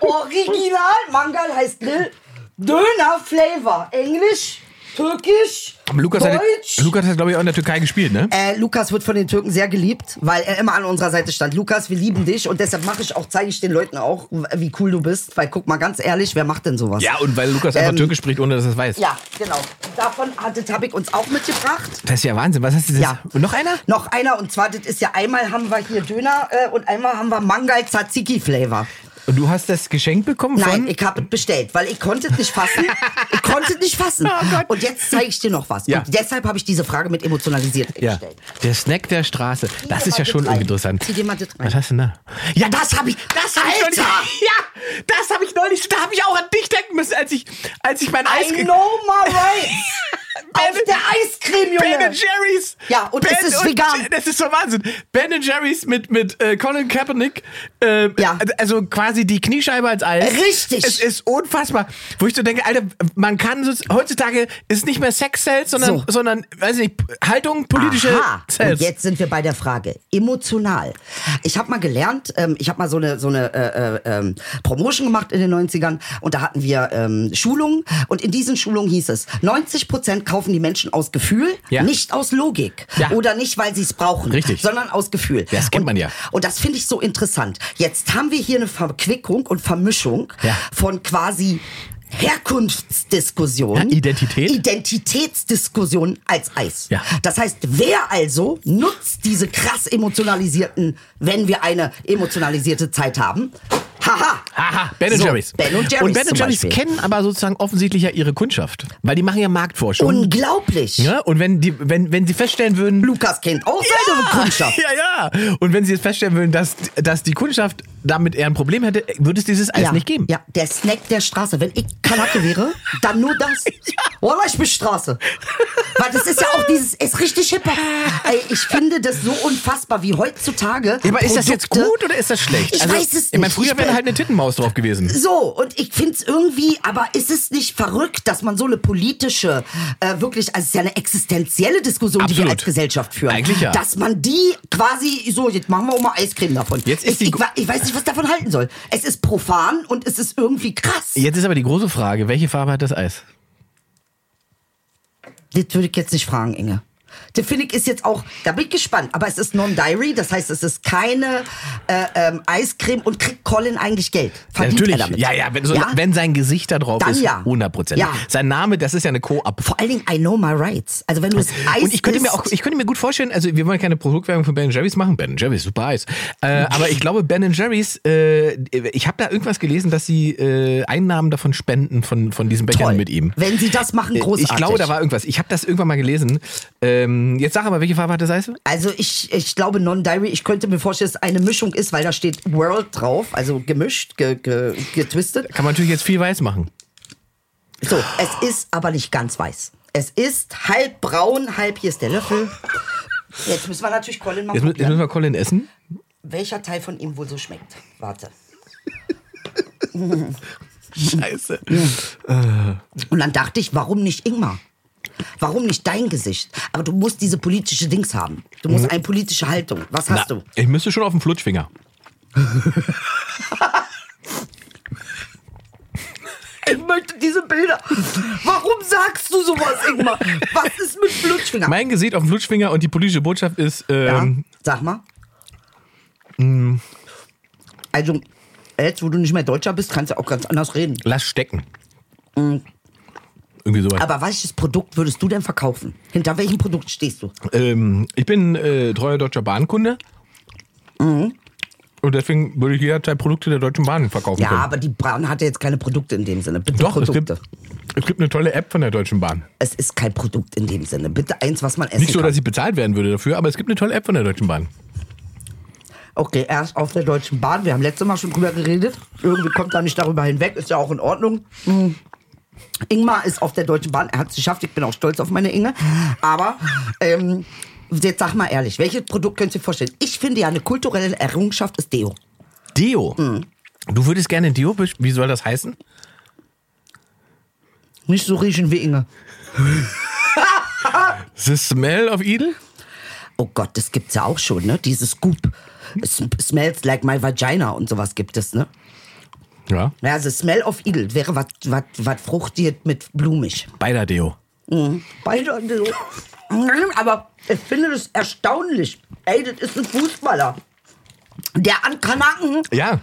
Speaker 4: Original Mangal heißt Grill. Döner Flavor. Englisch, Türkisch,
Speaker 3: Aber Lukas hat,
Speaker 4: Deutsch.
Speaker 3: Lukas hat, glaube ich, auch in der Türkei gespielt, ne?
Speaker 4: Äh, Lukas wird von den Türken sehr geliebt, weil er immer an unserer Seite stand. Lukas, wir lieben dich und deshalb mache ich auch, zeige ich den Leuten auch, wie cool du bist. Weil guck mal ganz ehrlich, wer macht denn sowas?
Speaker 3: Ja, und weil Lukas einfach
Speaker 4: Ähm,
Speaker 3: Türkisch spricht, ohne dass er es weiß.
Speaker 4: Ja, genau. Davon hat das habe ich uns auch mitgebracht.
Speaker 3: Das ist ja Wahnsinn. Was hast du denn?
Speaker 4: Ja.
Speaker 3: Und noch einer?
Speaker 4: Noch einer und zwar, das ist ja einmal haben wir hier Döner äh, und einmal haben wir Mangal Tzatziki Flavor.
Speaker 3: Und du hast das Geschenk bekommen
Speaker 4: Nein,
Speaker 3: von?
Speaker 4: ich habe es bestellt, weil ich konnte es nicht fassen. ich konnte es nicht fassen.
Speaker 3: Oh Gott.
Speaker 4: und jetzt zeige ich dir noch was.
Speaker 3: Ja.
Speaker 4: Und deshalb habe ich diese Frage mit emotionalisiert
Speaker 3: ja.
Speaker 4: gestellt.
Speaker 3: Der Snack der Straße. Das
Speaker 4: dir
Speaker 3: ist
Speaker 4: mal
Speaker 3: ja schon
Speaker 4: das rein.
Speaker 3: interessant.
Speaker 4: Zieh dir mal das rein.
Speaker 3: Was hast du denn da? Ja, das habe ich. Das habe ich neulich.
Speaker 4: Alter!
Speaker 3: Ja, das habe ich neulich. Da habe ich auch an dich denken müssen, als ich, als ich mein Eis.
Speaker 4: I
Speaker 3: ge-
Speaker 4: know my rights. Auf der Eiscreme, Junge.
Speaker 3: Ben Jerry's.
Speaker 4: Ja, und
Speaker 3: ben
Speaker 4: es ist vegan.
Speaker 3: Das ist so Wahnsinn. Ben Jerry's mit, mit äh, Colin Kaepernick. Äh,
Speaker 4: Ja.
Speaker 3: Also quasi die Kniescheibe als Eis.
Speaker 4: Richtig.
Speaker 3: Es ist unfassbar. Wo ich so denke, Alter, man kann, so- heutzutage ist nicht mehr Sex Sales, sondern,
Speaker 4: So.
Speaker 3: sondern, weiß nicht, Haltung, politische
Speaker 4: Aha.
Speaker 3: Sales.
Speaker 4: Und jetzt sind wir bei der Frage emotional. Ich habe mal gelernt, ähm, ich habe mal so eine so eine äh, äh, ähm, Promotion gemacht in den 90ern und da hatten wir ähm, Schulungen und in diesen Schulungen hieß es, 90 Prozent kaufen die Menschen aus Gefühl,
Speaker 3: Ja.
Speaker 4: nicht aus Logik
Speaker 3: Ja.
Speaker 4: oder nicht, weil sie es brauchen,
Speaker 3: Richtig.
Speaker 4: sondern aus Gefühl.
Speaker 3: Das kennt
Speaker 4: und,
Speaker 3: man ja.
Speaker 4: Und das finde ich so interessant. Jetzt haben wir hier eine Verquickung und Vermischung
Speaker 3: Ja.
Speaker 4: von quasi Herkunftsdiskussion,
Speaker 3: Ja, Identität.
Speaker 4: Identitätsdiskussion als Eis.
Speaker 3: Ja.
Speaker 4: Das heißt, wer also nutzt diese krass emotionalisierten, wenn wir eine emotionalisierte Zeit haben? Haha.
Speaker 3: Aha, Ben
Speaker 4: So,
Speaker 3: Jerry's.
Speaker 4: Ben Jerry's.
Speaker 3: und Ben
Speaker 4: zum
Speaker 3: Jerry's
Speaker 4: Beispiel.
Speaker 3: kennen aber sozusagen offensichtlich ja ihre Kundschaft. Weil die machen ja Marktforschung.
Speaker 4: Unglaublich.
Speaker 3: Ja, und wenn die, wenn, wenn sie feststellen würden, Ah,
Speaker 4: Lukas oh, kennt auch seine Kundschaft.
Speaker 3: Ja, ja. Und wenn sie jetzt feststellen würden, dass, dass die Kundschaft damit eher ein Problem hätte, würde es dieses Eis nicht geben.
Speaker 4: Ja, der Snack der Straße. Wenn ich Kanake wäre, dann nur das. Wallah, ich bin Straße. Weil das ist ja auch dieses, ist richtig hip -Hop. Ey, ich finde das so unfassbar, wie heutzutage.
Speaker 3: Ja, aber ist das jetzt
Speaker 4: Produkte-
Speaker 3: gut oder ist das schlecht?
Speaker 4: Ich
Speaker 3: also,
Speaker 4: weiß es
Speaker 3: Ich meine,
Speaker 4: nicht.
Speaker 3: früher
Speaker 4: Ich
Speaker 3: wäre
Speaker 4: bin-
Speaker 3: halt eine Tittenmaus drauf gewesen.
Speaker 4: So, und ich find's irgendwie, aber ist es nicht verrückt, dass man so eine politische, äh, wirklich, also es ist ja eine existenzielle Diskussion, die wir
Speaker 3: Absolut.
Speaker 4: als Gesellschaft führen.
Speaker 3: Eigentlich ja.
Speaker 4: Dass man die quasi, so, jetzt machen wir auch mal Eiscreme davon.
Speaker 3: Jetzt ist die
Speaker 4: ich, ich,
Speaker 3: Gru-
Speaker 4: wa- ich weiß nicht, was davon halten soll. Es ist profan und es ist irgendwie krass.
Speaker 3: Jetzt ist aber die große Frage, welche Farbe hat das Eis?
Speaker 4: Das würde ich jetzt nicht fragen, Inge. Das finde ich ist jetzt auch, da bin ich gespannt, aber es ist non-diary, das heißt, es ist keine äh, ähm, Eiscreme und kriegt Colin eigentlich Geld. Verdient
Speaker 3: natürlich.
Speaker 4: Er damit.
Speaker 3: Ja, ja, wenn, so, wenn sein Gesicht da drauf
Speaker 4: Dann
Speaker 3: ist,
Speaker 4: ja.
Speaker 3: 100 Prozent.
Speaker 4: Ja.
Speaker 3: Sein Name, das ist ja eine Co-op.
Speaker 4: Vor allen Dingen, I know my rights. Also wenn du es Eis
Speaker 3: Und ich könnte mir
Speaker 4: isst-
Speaker 3: auch, ich könnte mir gut vorstellen, also wir wollen keine Produktwerbung von Ben Jerry's machen. Ben Jerry's, super Eis. Äh, aber ich glaube, Ben Jerry's, äh, ich habe da irgendwas gelesen, dass sie äh, Einnahmen davon spenden von, von diesem Bäckern
Speaker 4: Toll.
Speaker 3: mit ihm. Äh,
Speaker 4: Wenn sie das machen, großartig.
Speaker 3: Ich glaube, da war irgendwas. Ich habe das irgendwann mal gelesen. Ähm, jetzt sag aber, welche Farbe hat das Eis?
Speaker 4: Also ich, ich glaube Non-Diary, ich könnte mir vorstellen, dass es eine Mischung ist, weil da steht World drauf, also gemischt, ge, ge, getwistet.
Speaker 3: Kann man natürlich jetzt viel weiß machen.
Speaker 4: So, es ist aber nicht ganz weiß. Es ist halb braun, halb hier ist der Löffel. Jetzt müssen wir natürlich Colin mal
Speaker 3: Jetzt, mü- jetzt müssen
Speaker 4: probieren,
Speaker 3: wir Colin essen.
Speaker 4: welcher Teil von ihm wohl so schmeckt. Warte.
Speaker 3: Scheiße.
Speaker 4: Hm, Und dann dachte ich, warum nicht Ingmar? Warum nicht dein Gesicht? Aber du musst diese politische Dings haben. Du musst eine politische Haltung. Was hast
Speaker 3: Mhm. Na,
Speaker 4: du?
Speaker 3: ich müsste schon auf den Flutschfinger.
Speaker 4: Ich möchte diese Bilder. Warum sagst du sowas, Ingmar? Was ist mit Flutschfinger?
Speaker 3: Mein Gesicht auf den Flutschfinger und die politische Botschaft ist,
Speaker 4: ja,
Speaker 3: ähm, Mm.
Speaker 4: sag mal. Also, jetzt, wo du nicht mehr Deutscher bist, kannst du auch ganz anders reden.
Speaker 3: lass stecken. Irgendwie sowas.
Speaker 4: Hm. Aber welches Produkt würdest du denn verkaufen? Hinter welchem Produkt stehst du?
Speaker 3: Ähm, ich bin äh, treuer deutscher Bahnkunde.
Speaker 4: Mhm.
Speaker 3: Und deswegen würde ich jederzeit Produkte der Deutschen Bahn verkaufen
Speaker 4: Ja,
Speaker 3: können.
Speaker 4: aber die Bahn hat ja jetzt keine Produkte in dem Sinne. Bitte
Speaker 3: Doch, es gibt,
Speaker 4: Produkte.
Speaker 3: es gibt eine tolle App von der Deutschen Bahn.
Speaker 4: Es, ist kein Produkt in dem Sinne. Bitte eins, was man essen
Speaker 3: Nicht so,
Speaker 4: kann.
Speaker 3: dass ich bezahlt werden würde dafür, aber es gibt eine tolle App von der Deutschen Bahn.
Speaker 4: Okay, erst auf der Deutschen Bahn. Wir haben letztes Mal schon drüber geredet. Irgendwie kommt er nicht darüber hinweg. Ist ja auch in Ordnung. Hm. Ingmar ist auf der Deutschen Bahn. Er hat es geschafft. Ich bin auch stolz auf meine Inge. Aber ähm, jetzt sag mal ehrlich, welches Produkt könnt ihr vorstellen? Ich finde ja, eine kulturelle Errungenschaft ist Deo.
Speaker 3: Deo. Mhm. Du würdest gerne ein Deo, besch- wie soll das heißen?
Speaker 4: Nicht so riechen wie Inge.
Speaker 3: The Smell of Edel?
Speaker 4: Oh Gott, das gibt's ja auch schon, ne? Dieses Scoop. Es smells like my vagina und sowas gibt es, ne?
Speaker 3: Ja.
Speaker 4: Ja, also Smell of Eagle wäre was, was, was fruchtiert mit blumig.
Speaker 3: Beider Deo.
Speaker 4: Beide so. Aber ich finde das erstaunlich. Ey, das ist ein Fußballer, der an Kanaken
Speaker 3: Ja.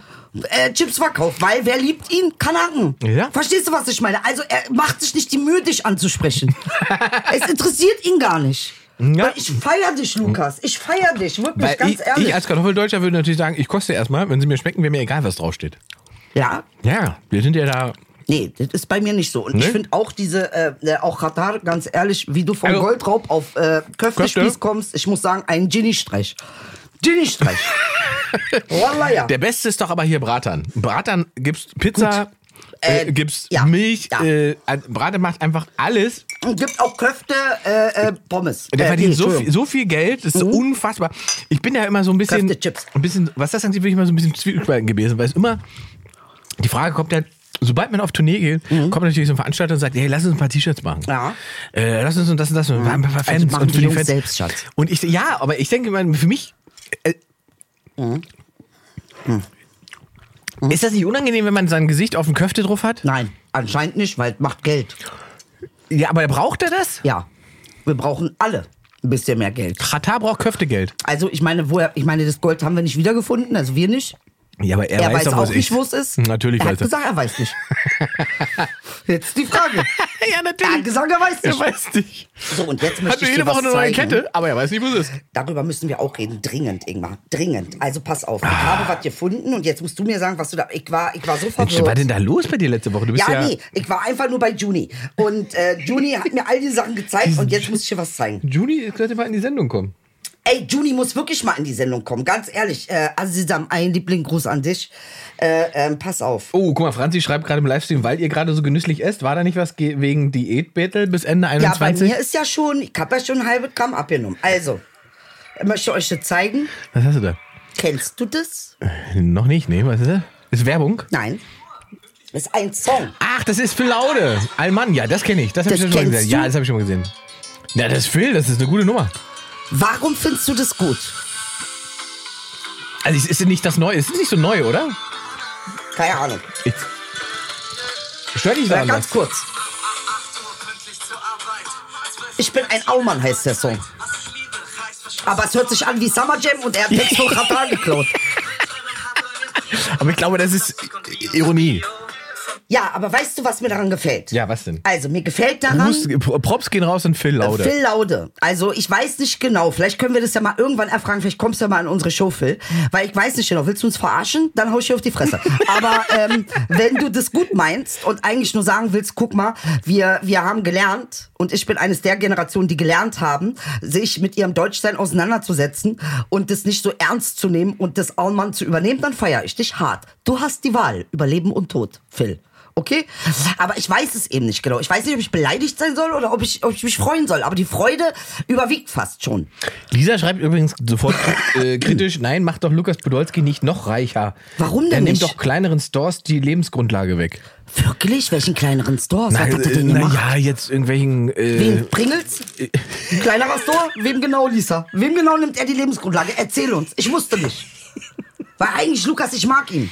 Speaker 4: äh, Chips verkauft, weil wer liebt ihn? Kanaken.
Speaker 3: Ja.
Speaker 4: Verstehst du, was ich meine? Also er macht sich nicht die Mühe, dich anzusprechen. es interessiert ihn gar nicht.
Speaker 3: Ja.
Speaker 4: Weil ich feier dich, Lukas. Ich feier dich, wirklich,
Speaker 3: Weil
Speaker 4: ganz
Speaker 3: ich,
Speaker 4: ehrlich.
Speaker 3: ich als Kartoffeldeutscher würde natürlich sagen, ich koste erstmal, wenn sie mir schmecken, wäre mir egal, was draufsteht.
Speaker 4: ja,
Speaker 3: Ja, wir sind ja da.
Speaker 4: Nee, das ist bei mir nicht so. Und ich
Speaker 3: Nee?
Speaker 4: finde auch diese, äh, äh, auch Katar, ganz ehrlich, wie du vom
Speaker 3: Also-
Speaker 4: Goldraub auf äh, Köftespieß
Speaker 3: Köfte?
Speaker 4: kommst, ich muss sagen, ein Genie-Streich. Genie-Streich. Wallah, ja.
Speaker 3: Der Beste ist doch aber hier Bratan. Bratan gibt's Pizza, äh,
Speaker 4: Äh,
Speaker 3: gibst
Speaker 4: ja,
Speaker 3: Milch,
Speaker 4: ja.
Speaker 3: äh, Brate macht einfach alles.
Speaker 4: Und gibt auch Köfte, äh, äh, Pommes.
Speaker 3: Der
Speaker 4: äh,
Speaker 3: verdient
Speaker 4: nee,
Speaker 3: so,
Speaker 4: Entschuldigung.
Speaker 3: viel,
Speaker 4: Hm?
Speaker 3: so viel Geld, das ist unfassbar. Ich bin ja immer so ein bisschen,
Speaker 4: Kräftechips.
Speaker 3: ein bisschen, was das angeht, bin ich immer so ein bisschen zwiegespalten gewesen, weil es immer die Frage kommt ja, sobald man auf Tournee geht, kommt natürlich so ein Veranstalter und sagt, hey, lass uns ein paar T-Shirts machen.
Speaker 4: Hm. Ja. Hm. Also
Speaker 3: Äh, lass uns und das und das und ein paar Fans
Speaker 4: machen
Speaker 3: und
Speaker 4: die Jungs selbst, Schatz.
Speaker 3: Und ich, ja, aber ich denke mal, für mich äh,
Speaker 4: Hm.
Speaker 3: Hm. ist das nicht unangenehm, wenn man sein Gesicht auf dem Köfte drauf hat?
Speaker 4: Nein, anscheinend nicht, weil es macht Geld.
Speaker 3: Ja, aber braucht er das?
Speaker 4: Ja, wir brauchen alle ein bisschen mehr Geld.
Speaker 3: Katar braucht Köftegeld.
Speaker 4: Also ich meine, woher, ich meine, das Gold haben wir nicht wiedergefunden, also wir nicht.
Speaker 3: Ja, aber er,
Speaker 4: Er, weiß,
Speaker 3: doch, was
Speaker 4: auch nicht,
Speaker 3: ich-
Speaker 4: wo es ist.
Speaker 3: Natürlich
Speaker 4: er
Speaker 3: weiß
Speaker 4: hat
Speaker 3: er.
Speaker 4: gesagt, er weiß nicht. Jetzt die Frage.
Speaker 3: ja,
Speaker 4: Er hat
Speaker 3: natürlich.
Speaker 4: gesagt, er weiß
Speaker 3: Er
Speaker 4: nicht.
Speaker 3: weiß nicht.
Speaker 4: So, und jetzt möchte
Speaker 3: Hat nur
Speaker 4: ich dir
Speaker 3: jede Woche
Speaker 4: was
Speaker 3: eine neue
Speaker 4: zeigen.
Speaker 3: Kette, aber er weiß nicht, wo es ist.
Speaker 4: Darüber müssen wir auch reden. Dringend, Ingmar. Dringend. Also pass auf. Ich habe was gefunden und jetzt musst du mir sagen, was du da. Ich war, ich war so verwirrt.
Speaker 3: Ah. Mensch, was war denn da los bei dir letzte Woche? Du bist
Speaker 4: ja,
Speaker 3: ja.
Speaker 4: nee, ich war einfach nur bei Juni. Und äh, Juni hat mir all die Sachen gezeigt und jetzt muss ich dir was zeigen.
Speaker 3: Juni könnte mal in die Sendung kommen.
Speaker 4: Ey, Juni muss wirklich mal in die Sendung kommen, ganz ehrlich. Äh, Azizam, ein Liebling, Gruß an dich. Äh, ähm, pass auf.
Speaker 3: Oh, guck mal, Franzi schreibt gerade im Livestream, weil ihr gerade so genüsslich esst, war da nicht was ge- wegen Diät-Battle bis Ende
Speaker 4: Ja, bei
Speaker 3: 21?
Speaker 4: mir ist ja schon, ich habe ja schon ein halbes Gramm abgenommen. Also, ich möchte euch das zeigen.
Speaker 3: was hast du da? Äh,
Speaker 4: Kennst du das?
Speaker 3: Noch nicht, nee, was ist das? Ist Werbung?
Speaker 4: Nein. Das ist ein Song.
Speaker 3: Ach, das ist Phil Laude. Alman, ja, das kenne ich. Das habe ich
Speaker 4: Das
Speaker 3: schon mal
Speaker 4: kennst
Speaker 3: gesehen.
Speaker 4: du?
Speaker 3: Ja, das habe ich schon mal gesehen. Ja, das ist Phil, das ist eine gute Nummer.
Speaker 4: Warum findest du das gut?
Speaker 3: Also, es ist nicht das Neue, es ist nicht so neu, oder?
Speaker 4: Keine Ahnung.
Speaker 3: Ich, stör dich
Speaker 4: Ja,
Speaker 3: da
Speaker 4: ganz kurz. Ich bin ein Aumann, heißt der Song. Aber es hört sich an wie Summer Jam und er hat Text von Katar geklaut.
Speaker 3: Aber ich glaube, das ist Ironie.
Speaker 4: Ja, aber weißt du, was mir daran gefällt?
Speaker 3: Ja, was denn?
Speaker 4: Also, mir gefällt daran
Speaker 3: Gruß, Props gehen raus an Phil Laude.
Speaker 4: Phil Laude. Also, ich weiß nicht genau. Vielleicht können wir das ja mal irgendwann erfragen. Vielleicht kommst du ja mal an unsere Show, Phil. Weil ich weiß nicht genau. Willst du uns verarschen? Dann hau ich dir auf die Fresse. Aber ähm, wenn du das gut meinst und eigentlich nur sagen willst, guck mal, wir, wir haben gelernt und ich bin eines der Generationen, die gelernt haben, sich mit ihrem Deutschsein auseinanderzusetzen und das nicht so ernst zu nehmen und das Allmann zu übernehmen, dann feiere ich dich hart. Du hast die Wahl über Leben und Tod, Phil. Okay? Aber ich weiß es eben nicht genau. Ich weiß nicht, ob ich beleidigt sein soll oder ob ich, ob ich mich freuen soll. Aber die Freude überwiegt fast schon.
Speaker 3: Lisa schreibt übrigens sofort äh, kritisch, nein, macht doch Lukas Podolski nicht noch reicher.
Speaker 4: Warum denn
Speaker 3: Er nimmt
Speaker 4: nicht?
Speaker 3: doch kleineren Stores die Lebensgrundlage weg.
Speaker 4: Wirklich? Welchen kleineren Stores? Was hat er denn gemacht?
Speaker 3: äh, naja, jetzt irgendwelchen... Äh,
Speaker 4: Wem? Pringles? Ein Kleinerer Store? Wem genau, Lisa? Wem genau nimmt er die Lebensgrundlage? Erzähl uns. Ich wusste nicht. Weil eigentlich, Lukas, ich mag ihn.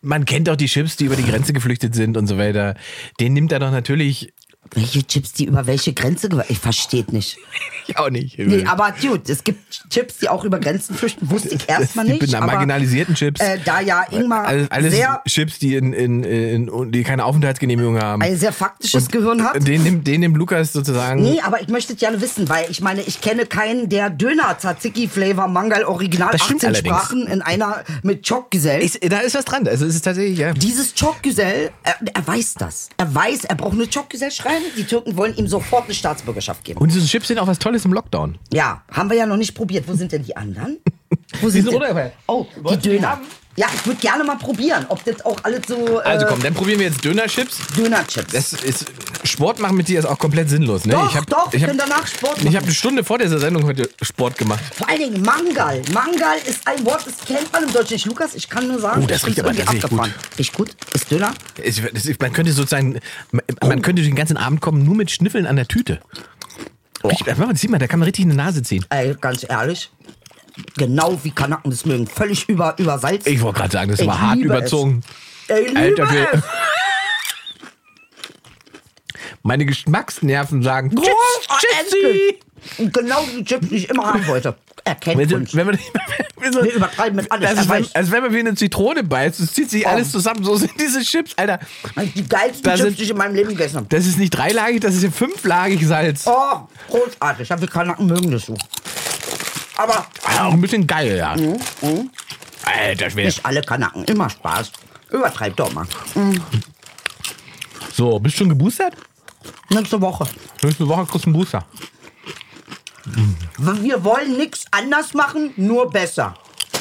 Speaker 3: man kennt doch die Chips, die über die Grenze geflüchtet sind und so weiter. Den nimmt er doch natürlich...
Speaker 4: Welche Chips, die über welche Grenze gewa- Ich verstehe nicht.
Speaker 3: Ich auch nicht.
Speaker 4: Nee, aber gut, es gibt Chips, die auch über Grenzen flüchten. Wusste ich erstmal
Speaker 3: die
Speaker 4: nicht.
Speaker 3: bin-
Speaker 4: aber,
Speaker 3: marginalisierten Chips.
Speaker 4: Äh, da ja Ingmar
Speaker 3: alles, alles
Speaker 4: sehr,
Speaker 3: Chips, die, in, in, in, die keine Aufenthaltsgenehmigung haben.
Speaker 4: ein sehr faktisches
Speaker 3: Und
Speaker 4: Gehirn hat.
Speaker 3: Den nimmt, den nimmt Lukas sozusagen...
Speaker 4: Nee, aber ich möchte es gerne wissen, weil ich meine, ich kenne keinen, der Döner Tzatziki Flavor Mangal Original
Speaker 3: Das stimmt
Speaker 4: 18
Speaker 3: allerdings.
Speaker 4: Sprachen in einer mit Chokgesell.
Speaker 3: Ist, da ist was dran. Also es ist tatsächlich, ja.
Speaker 4: Dieses Chokgesell, er, er weiß das. Er weiß, er braucht eine Chokgesell schreiben. Die Türken wollen ihm sofort eine Staatsbürgerschaft geben.
Speaker 3: Und diese Chips sind auch was Tolles im Lockdown.
Speaker 4: Ja, haben wir ja noch nicht probiert. Wo sind denn die anderen? Wo
Speaker 3: sind runtergefallen.
Speaker 4: Oh, die
Speaker 3: Wolltest du die
Speaker 4: Döner.
Speaker 3: haben?
Speaker 4: Ja, ich würde gerne mal probieren, ob das auch alles so äh,
Speaker 3: Also komm, dann probieren wir jetzt Dönerchips.
Speaker 4: Dönerchips.
Speaker 3: Das ist Sport machen mit dir ist auch komplett sinnlos, ne?
Speaker 4: Doch,
Speaker 3: ich hab,
Speaker 4: doch,
Speaker 3: ich hab,
Speaker 4: können danach Sport
Speaker 3: Ich
Speaker 4: machen.
Speaker 3: habe eine Stunde vor dieser Sendung heute Sport gemacht.
Speaker 4: Vor allen Dingen Mangal. Mangal ist ein Wort, das kennt man im Deutschen nicht. Lukas, ich kann nur sagen,
Speaker 3: Oh, das
Speaker 4: ich
Speaker 3: riecht
Speaker 4: find's
Speaker 3: aber
Speaker 4: irgendwie
Speaker 3: tatsächlich gut.
Speaker 4: abgefahren. Riecht gut? Ist Döner?
Speaker 3: Es- das ist- man könnte sozusagen,
Speaker 4: Oh.
Speaker 3: man könnte den ganzen Abend kommen nur mit Schnüffeln an der Tüte.
Speaker 4: Oh.
Speaker 3: Ich, sieh mal, da kann man richtig eine Nase ziehen.
Speaker 4: Ey, ganz ehrlich. Genau wie Kanaken das mögen. Völlig über, übersalzt.
Speaker 3: Ich wollte gerade sagen, das
Speaker 4: Ich
Speaker 3: war hart
Speaker 4: liebe
Speaker 3: überzogen.
Speaker 4: Ey, liebe
Speaker 3: Alter, wir-
Speaker 4: es.
Speaker 3: Meine Geschmacksnerven sagen,
Speaker 4: Chips, oh,
Speaker 3: Chips, Chipsi!
Speaker 4: endlich. Und genau die Chips, die ich immer haben wollte.
Speaker 3: Wenn,
Speaker 4: Erkennt
Speaker 3: wenn,
Speaker 4: uns.
Speaker 3: wenn man, wenn so,
Speaker 4: Wir übertreiben mit alles,
Speaker 3: Das ist,
Speaker 4: er
Speaker 3: wenn,
Speaker 4: weiß.
Speaker 3: als wenn man wie eine Zitrone beißt, es zieht sich
Speaker 4: Oh.
Speaker 3: alles zusammen. So sind diese Chips, Alter.
Speaker 4: Die geilsten
Speaker 3: Da
Speaker 4: Chips,
Speaker 3: sind-
Speaker 4: die ich in meinem Leben gegessen habe.
Speaker 3: Das ist nicht dreilagig, das ist hier fünflagig Salz.
Speaker 4: Oh, großartig. Ja, wir Kanaken mögen das so. Aber
Speaker 3: Ah, auch ein bisschen geil, ja.
Speaker 4: Mhm,
Speaker 3: Alter Schwede.
Speaker 4: nicht alle Kanaken. Immer Spaß. Übertreibt doch mal.
Speaker 3: So, bist du schon geboostert?
Speaker 4: Nächste Woche.
Speaker 3: Nächste Woche kriegst du einen Booster.
Speaker 4: Wir wollen nichts anders machen, nur besser.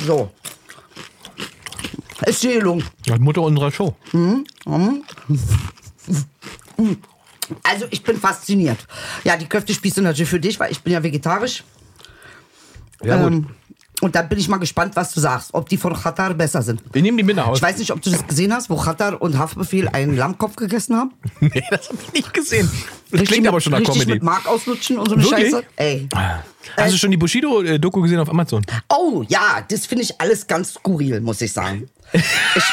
Speaker 4: So. Ist die Gelung.
Speaker 3: Das Mutter unserer Show.
Speaker 4: Also ich bin fasziniert. Ja, die Köftespieße natürlich für dich, weil ich bin ja vegetarisch.
Speaker 3: Ja, gut.
Speaker 4: Ähm, und dann bin ich mal gespannt, was du sagst, ob die von Qatar besser sind.
Speaker 3: Wir nehmen die mit nach Hause.
Speaker 4: Ich weiß nicht, ob du das gesehen hast, wo Qatar und Haftbefehl einen Lammkopf gegessen haben.
Speaker 3: nee, das habe ich nicht gesehen. Das
Speaker 4: Richtig
Speaker 3: klingt aber
Speaker 4: mit-
Speaker 3: schon nach
Speaker 4: richtig
Speaker 3: Comedy.
Speaker 4: mit Mark auslutschen und so eine
Speaker 3: Wirklich?
Speaker 4: Scheiße. Ey.
Speaker 3: Hast du schon die Bushido-Doku gesehen auf Amazon?
Speaker 4: Oh ja, das finde ich alles ganz skurril, muss ich sagen. Ich,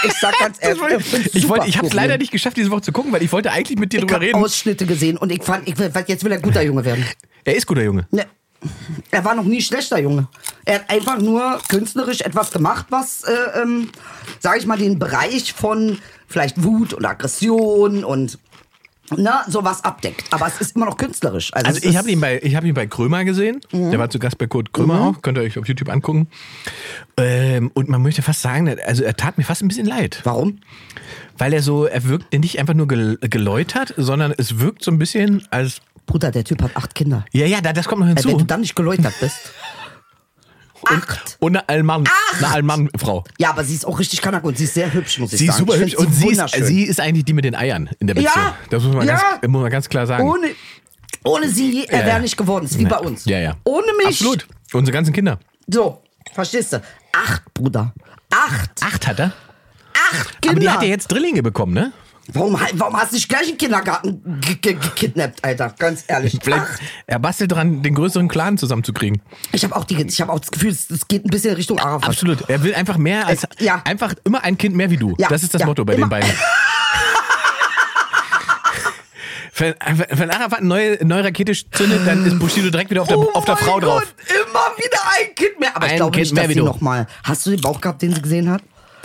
Speaker 4: ich sag ganz
Speaker 3: Das
Speaker 4: ehrlich,
Speaker 3: war-
Speaker 4: ich find's
Speaker 3: ich wollte,
Speaker 4: super
Speaker 3: ich habe es
Speaker 4: skurril.
Speaker 3: leider nicht geschafft, diese Woche zu gucken, weil ich wollte eigentlich mit dir
Speaker 4: Ich
Speaker 3: drüber
Speaker 4: habe
Speaker 3: reden.
Speaker 4: Ausschnitte gesehen und ich fand, ich, will- jetzt will er guter Junge werden.
Speaker 3: Er ist guter Junge.
Speaker 4: Ne. Er war noch nie schlechter Junge. Er hat einfach nur künstlerisch etwas gemacht, was, äh, ähm, sag ich mal, den Bereich von vielleicht Wut und Aggression und na, sowas abdeckt. Aber es ist immer noch künstlerisch. Also,
Speaker 3: Also
Speaker 4: es
Speaker 3: ich
Speaker 4: ist- Mhm.
Speaker 3: habe ihn bei ich habe ihn bei Krömer gesehen. Der war zu Gast bei Kurt Krömer auch. Könnt ihr euch auf YouTube angucken. Ähm, und man möchte fast sagen, also er tat mir fast ein bisschen leid,
Speaker 4: Warum?
Speaker 3: weil er so er wirkt nicht einfach nur gel geläutert, sondern es wirkt so ein bisschen als
Speaker 4: Bruder, der Typ hat acht Kinder.
Speaker 3: ja ja, da- das kommt noch
Speaker 4: Äh, Wenn
Speaker 3: hinzu.
Speaker 4: du dann nicht geläutert bist. acht.
Speaker 3: Und eine Allmann, eine Allmann-Frau.
Speaker 4: Ja, aber sie ist auch richtig kanak und sie ist sehr hübsch, muss ich
Speaker 3: Sie ist
Speaker 4: sagen.
Speaker 3: super
Speaker 4: Ich
Speaker 3: hübsch
Speaker 4: find
Speaker 3: und sie ist,
Speaker 4: wunderschön.
Speaker 3: sie ist eigentlich die mit den Eiern in der
Speaker 4: Ja.
Speaker 3: Beziehung. Das muss man,
Speaker 4: Ja.
Speaker 3: ganz, muss man ganz klar sagen.
Speaker 4: ohne, ohne sie er
Speaker 3: Ja, ja.
Speaker 4: wäre nicht geworden. Ist wie bei uns.
Speaker 3: Ja, ja.
Speaker 4: Ohne mich.
Speaker 3: Absolut. Unsere ganzen Kinder.
Speaker 4: So, verstehst du? Acht, Bruder. Acht.
Speaker 3: Acht hat er.
Speaker 4: Acht
Speaker 3: Aber die
Speaker 4: Kinder.
Speaker 3: hat ja jetzt Drillinge bekommen, ne?
Speaker 4: warum, warum hast du nicht gleich einen Kindergarten ge- ge- gekidnappt, Alter? Ganz ehrlich.
Speaker 3: Vielleicht,
Speaker 4: Acht.
Speaker 3: er bastelt dran, den größeren Clan zusammenzukriegen.
Speaker 4: Ich habe auch, die- ich hab auch das Gefühl, es es geht ein bisschen Richtung Arafat.
Speaker 3: Absolut. Er will einfach mehr als.
Speaker 4: Äh, ja.
Speaker 3: Einfach immer ein Kind mehr wie du.
Speaker 4: Ja,
Speaker 3: Das ist das
Speaker 4: ja,
Speaker 3: Motto bei
Speaker 4: immer.
Speaker 3: den beiden. Wenn, wenn Arafat eine neue, neue Rakete zündet, dann ist Bushido direkt wieder auf der,
Speaker 4: Oh
Speaker 3: auf der
Speaker 4: mein
Speaker 3: Frau drauf.
Speaker 4: Gott, immer wieder ein Kind mehr. Aber ich
Speaker 3: Ein
Speaker 4: glaube
Speaker 3: Kind
Speaker 4: nicht,
Speaker 3: mehr
Speaker 4: dass
Speaker 3: wie
Speaker 4: sie
Speaker 3: du.
Speaker 4: noch mal. Hast du den Bauch gehabt, den sie gesehen hat?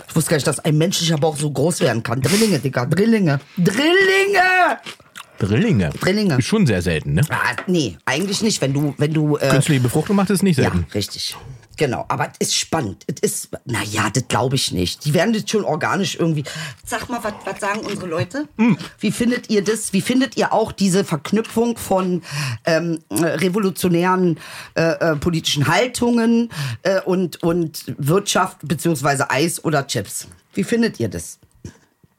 Speaker 4: Ich wusste gar nicht, dass ein menschlicher Bauch so groß werden kann. Drillinge, Digga, Drillinge. Drillinge!
Speaker 3: Drillinge.
Speaker 4: Drillinge.
Speaker 3: Ist schon sehr selten, ne?
Speaker 4: Ah, nee, eigentlich nicht. Wenn du, wenn du. Äh,
Speaker 3: Künstliche Befruchtung macht es nicht
Speaker 4: ja,
Speaker 3: selten.
Speaker 4: richtig. Genau, aber es ist spannend. Es ist, naja, das glaube ich nicht. Die werden das schon organisch irgendwie. Sag mal, was was sagen unsere Leute? Wie findet ihr das? Wie findet ihr auch diese Verknüpfung von ähm, äh, revolutionären äh, äh, politischen Haltungen äh, und, und Wirtschaft beziehungsweise Eis oder Chips? Wie findet ihr das?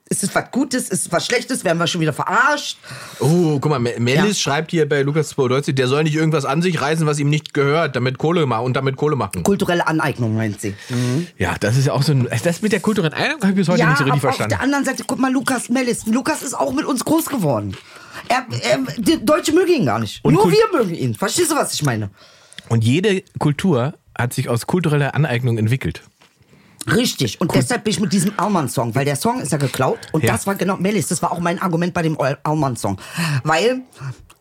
Speaker 4: Ist es was Gutes? Ist es was Schlechtes? Werden wir schon wieder verarscht?
Speaker 3: Oh, guck mal, Me- Mellis
Speaker 4: Ja.
Speaker 3: schreibt hier bei Lukas 92, der soll nicht irgendwas an sich reißen, was ihm nicht gehört, damit Kohle machen und damit Kohle machen.
Speaker 4: Kulturelle Aneignung, meint sie.
Speaker 3: Ja, das ist ja auch so ein. Das mit der kulturellen Einung habe ich bis heute nicht so richtig
Speaker 4: aber
Speaker 3: verstanden.
Speaker 4: Auf der anderen Seite, guck mal, Lukas Mellis. Lukas ist auch mit uns groß geworden. Er, er, die Deutsche mögen ihn gar nicht.
Speaker 3: Und
Speaker 4: Nur
Speaker 3: Kult-
Speaker 4: wir mögen ihn. Verstehst du, was ich meine?
Speaker 3: Und jede Kultur hat sich aus kultureller Aneignung entwickelt.
Speaker 4: Richtig. Und deshalb bin ich mit diesem Aumann-Song, weil der Song ist ja geklaut. Und
Speaker 3: Ja.
Speaker 4: das war genau Mellis. Das war auch mein Argument bei dem Aumann-Song. Weil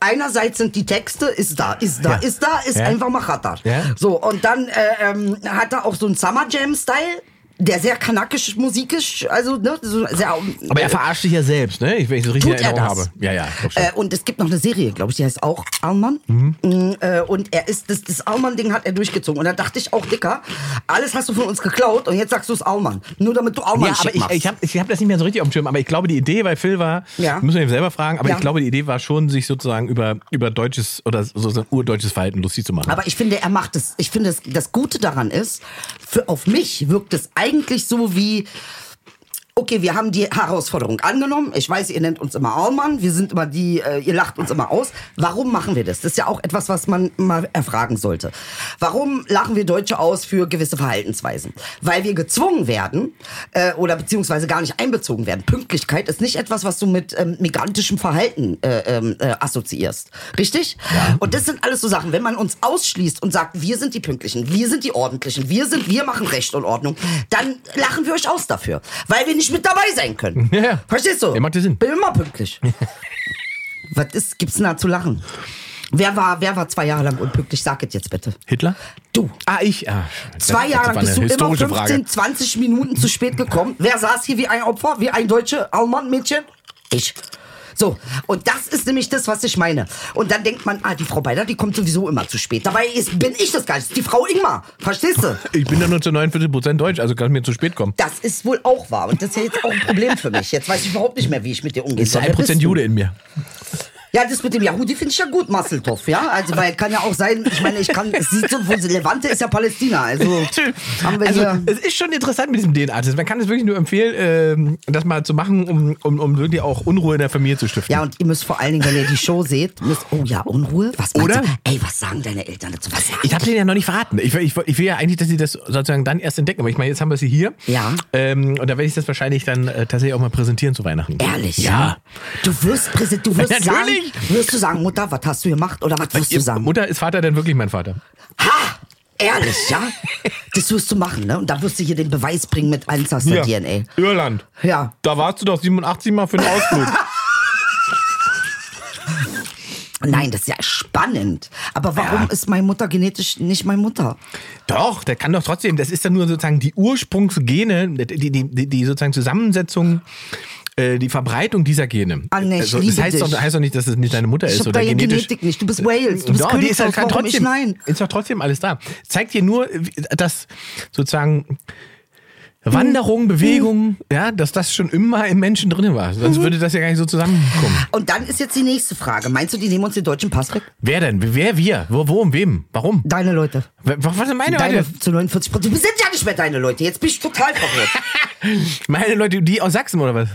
Speaker 4: einerseits sind die Texte, ist da, ist da,
Speaker 3: Ja.
Speaker 4: ist da, ist
Speaker 3: Ja.
Speaker 4: einfach Machata.
Speaker 3: Ja.
Speaker 4: So, und dann äh, ähm, hat er auch so einen Summer Jam-Style. Der sehr kanakisch, musikisch, also ne, so sehr.
Speaker 3: Aber er verarscht sich ja selbst, ne? Ich- Wenn ich es richtig
Speaker 4: Tut
Speaker 3: in
Speaker 4: er
Speaker 3: Erinnerung
Speaker 4: das?
Speaker 3: habe. Ja, ja. doch schon.
Speaker 4: Äh, und es gibt noch eine Serie, glaube ich, die heißt auch Armann.
Speaker 3: Mhm.
Speaker 4: Mm, Äh, und er ist, das, das Armann-Ding hat er durchgezogen. Und da dachte ich auch, Dicker, alles hast du von uns geklaut und jetzt sagst du es Armann. Nur damit du
Speaker 3: ja,
Speaker 4: Armann
Speaker 3: aber
Speaker 4: schick
Speaker 3: ich,
Speaker 4: machst.
Speaker 3: ich habe ich hab das nicht mehr so richtig auf dem Schirm, aber ich glaube, die Idee bei Phil war,
Speaker 4: Ja.
Speaker 3: müssen wir ihn selber fragen, aber
Speaker 4: Ja.
Speaker 3: ich glaube, die Idee war schon, sich sozusagen über, über deutsches oder so, so urdeutsches Verhalten lustig zu machen.
Speaker 4: aber ich finde, er macht es. Ich finde, das, das Gute daran ist, für, auf mich wirkt es eigentlich so wie, okay, wir haben die Herausforderung angenommen. Ich weiß, ihr nennt uns immer Aumann, wir sind immer die, äh, ihr lacht uns immer aus. Warum machen wir das? Das ist ja auch etwas, was man mal erfragen sollte. Warum lachen wir Deutsche aus für gewisse Verhaltensweisen? Weil wir gezwungen werden äh, oder beziehungsweise gar nicht einbezogen werden. Pünktlichkeit ist nicht etwas, was du mit ähm, migrantischem Verhalten äh, ähm, äh, assoziierst. Richtig? Und das sind alles so Sachen. Wenn man uns ausschließt und sagt, wir sind die Pünktlichen, wir sind die Ordentlichen, wir sind, wir machen Recht und Ordnung, dann lachen wir euch aus dafür, weil wir nicht mit dabei sein können.
Speaker 3: Ja, ja.
Speaker 4: Verstehst du?
Speaker 3: Ja, macht ja Sinn.
Speaker 4: Bin immer pünktlich. Was ist, gibt's denn da zu lachen? Wer war, wer war zwei Jahre lang unpünktlich? Sag es jetzt bitte.
Speaker 3: Hitler?
Speaker 4: Du.
Speaker 3: Ah, ich. Ah,
Speaker 4: Zwei
Speaker 3: das- das
Speaker 4: Jahre
Speaker 3: war
Speaker 4: lang bist du
Speaker 3: eine
Speaker 4: immer
Speaker 3: historische
Speaker 4: 15,
Speaker 3: Frage.
Speaker 4: 20 Minuten zu spät gekommen. Wer saß hier wie ein Opfer, wie ein deutsche Almann-Mädchen? Ich. So, und das ist nämlich das, was ich meine. Und dann denkt man, ah, die Frau Beider, die kommt sowieso immer zu spät. Dabei ist, bin ich das gar nicht, das ist die Frau Ingmar. Verstehst du?
Speaker 3: Ich bin da nur zu 49% deutsch, also kann mir zu spät kommen.
Speaker 4: Das ist wohl auch wahr. Und das ist ja jetzt auch ein Problem für mich. Jetzt weiß ich überhaupt nicht mehr, wie ich mit dir umgehe.
Speaker 3: Ist ein Prozent Jude in mir.
Speaker 4: Ja, das mit dem Yahudi finde ich ja gut, Masseltoff, ja? Also, weil kann ja auch sein, ich meine, ich kann, es sieht so, wo Levante ist ja Palästina, also haben wir
Speaker 3: Also,
Speaker 4: hier.
Speaker 3: es ist schon interessant mit diesem DNA-Test. Man kann es wirklich nur empfehlen, ähm, das mal zu machen, um, um, um wirklich auch Unruhe in der Familie zu stiften.
Speaker 4: Ja, und ihr müsst vor allen Dingen, wenn ihr die Show seht, müsst, oh ja, Unruhe, was meinst
Speaker 3: Oder?
Speaker 4: Du? Ey, was sagen deine Eltern dazu? Was sagen
Speaker 3: Ich habe denen ja noch nicht verraten. Ich, will- ich, will- ich will ja eigentlich, dass sie das sozusagen dann erst entdecken. Aber ich meine, jetzt haben wir sie hier.
Speaker 4: Ja.
Speaker 3: Ähm, und da werde ich das wahrscheinlich dann äh, tatsächlich auch mal präsentieren zu Weihnachten.
Speaker 4: Ehrlich?
Speaker 3: Ja.
Speaker 4: Du wirst präsent, du wirst sagen,
Speaker 3: Natürlich.
Speaker 4: wirst du sagen, Mutter, was hast du gemacht oder was wirst du
Speaker 3: Ihr
Speaker 4: sagen?
Speaker 3: Mutter ist Vater denn wirklich mein Vater?
Speaker 4: Ha! Ehrlich, ja? Das wirst du machen, ne? Und da wirst du hier den Beweis bringen mit Ancestor-DNA.
Speaker 3: Irland.
Speaker 4: Ja.
Speaker 3: Da warst du doch 87 Mal für den Ausflug.
Speaker 4: Nein, das ist ja spannend. Aber warum ist meine Mutter genetisch nicht meine Mutter?
Speaker 3: doch, der kann doch trotzdem. Das ist dann nur sozusagen die Ursprungsgene, die, die, die, die sozusagen Zusammensetzung. äh, Die Verbreitung dieser Gene.
Speaker 4: Ah, nee, ich
Speaker 3: also, das
Speaker 4: liebe
Speaker 3: heißt doch,
Speaker 4: dich.
Speaker 3: heißt doch nicht, dass es nicht deine Mutter
Speaker 4: Ich
Speaker 3: ist
Speaker 4: hab
Speaker 3: oder
Speaker 4: da ja
Speaker 3: genetisch.
Speaker 4: Genetik nicht. Du bist Wales, du bist
Speaker 3: Ja, die ist, halt
Speaker 4: Königshaus,
Speaker 3: kann
Speaker 4: warum ich
Speaker 3: trotzdem,
Speaker 4: nein?
Speaker 3: ist doch trotzdem alles da. Zeigt dir nur, wie- dass sozusagen
Speaker 4: Hm.
Speaker 3: Wanderung, Bewegung, ja, dass das schon immer im Menschen drin war. Sonst
Speaker 4: Hm.
Speaker 3: würde das ja gar nicht so zusammenkommen.
Speaker 4: Und dann ist jetzt die nächste Frage. Meinst du, die nehmen uns den deutschen Pass weg?
Speaker 3: Wer denn? Wer, wir? Wo, wo und wem? Warum?
Speaker 4: Deine Leute.
Speaker 3: W- Was sind meine
Speaker 4: Deine
Speaker 3: Leute?
Speaker 4: zu 49 Prozent. Wir sind ja nicht mehr deine Leute. Jetzt bin ich total verwirrt.
Speaker 3: Meine Leute, die aus Sachsen oder was?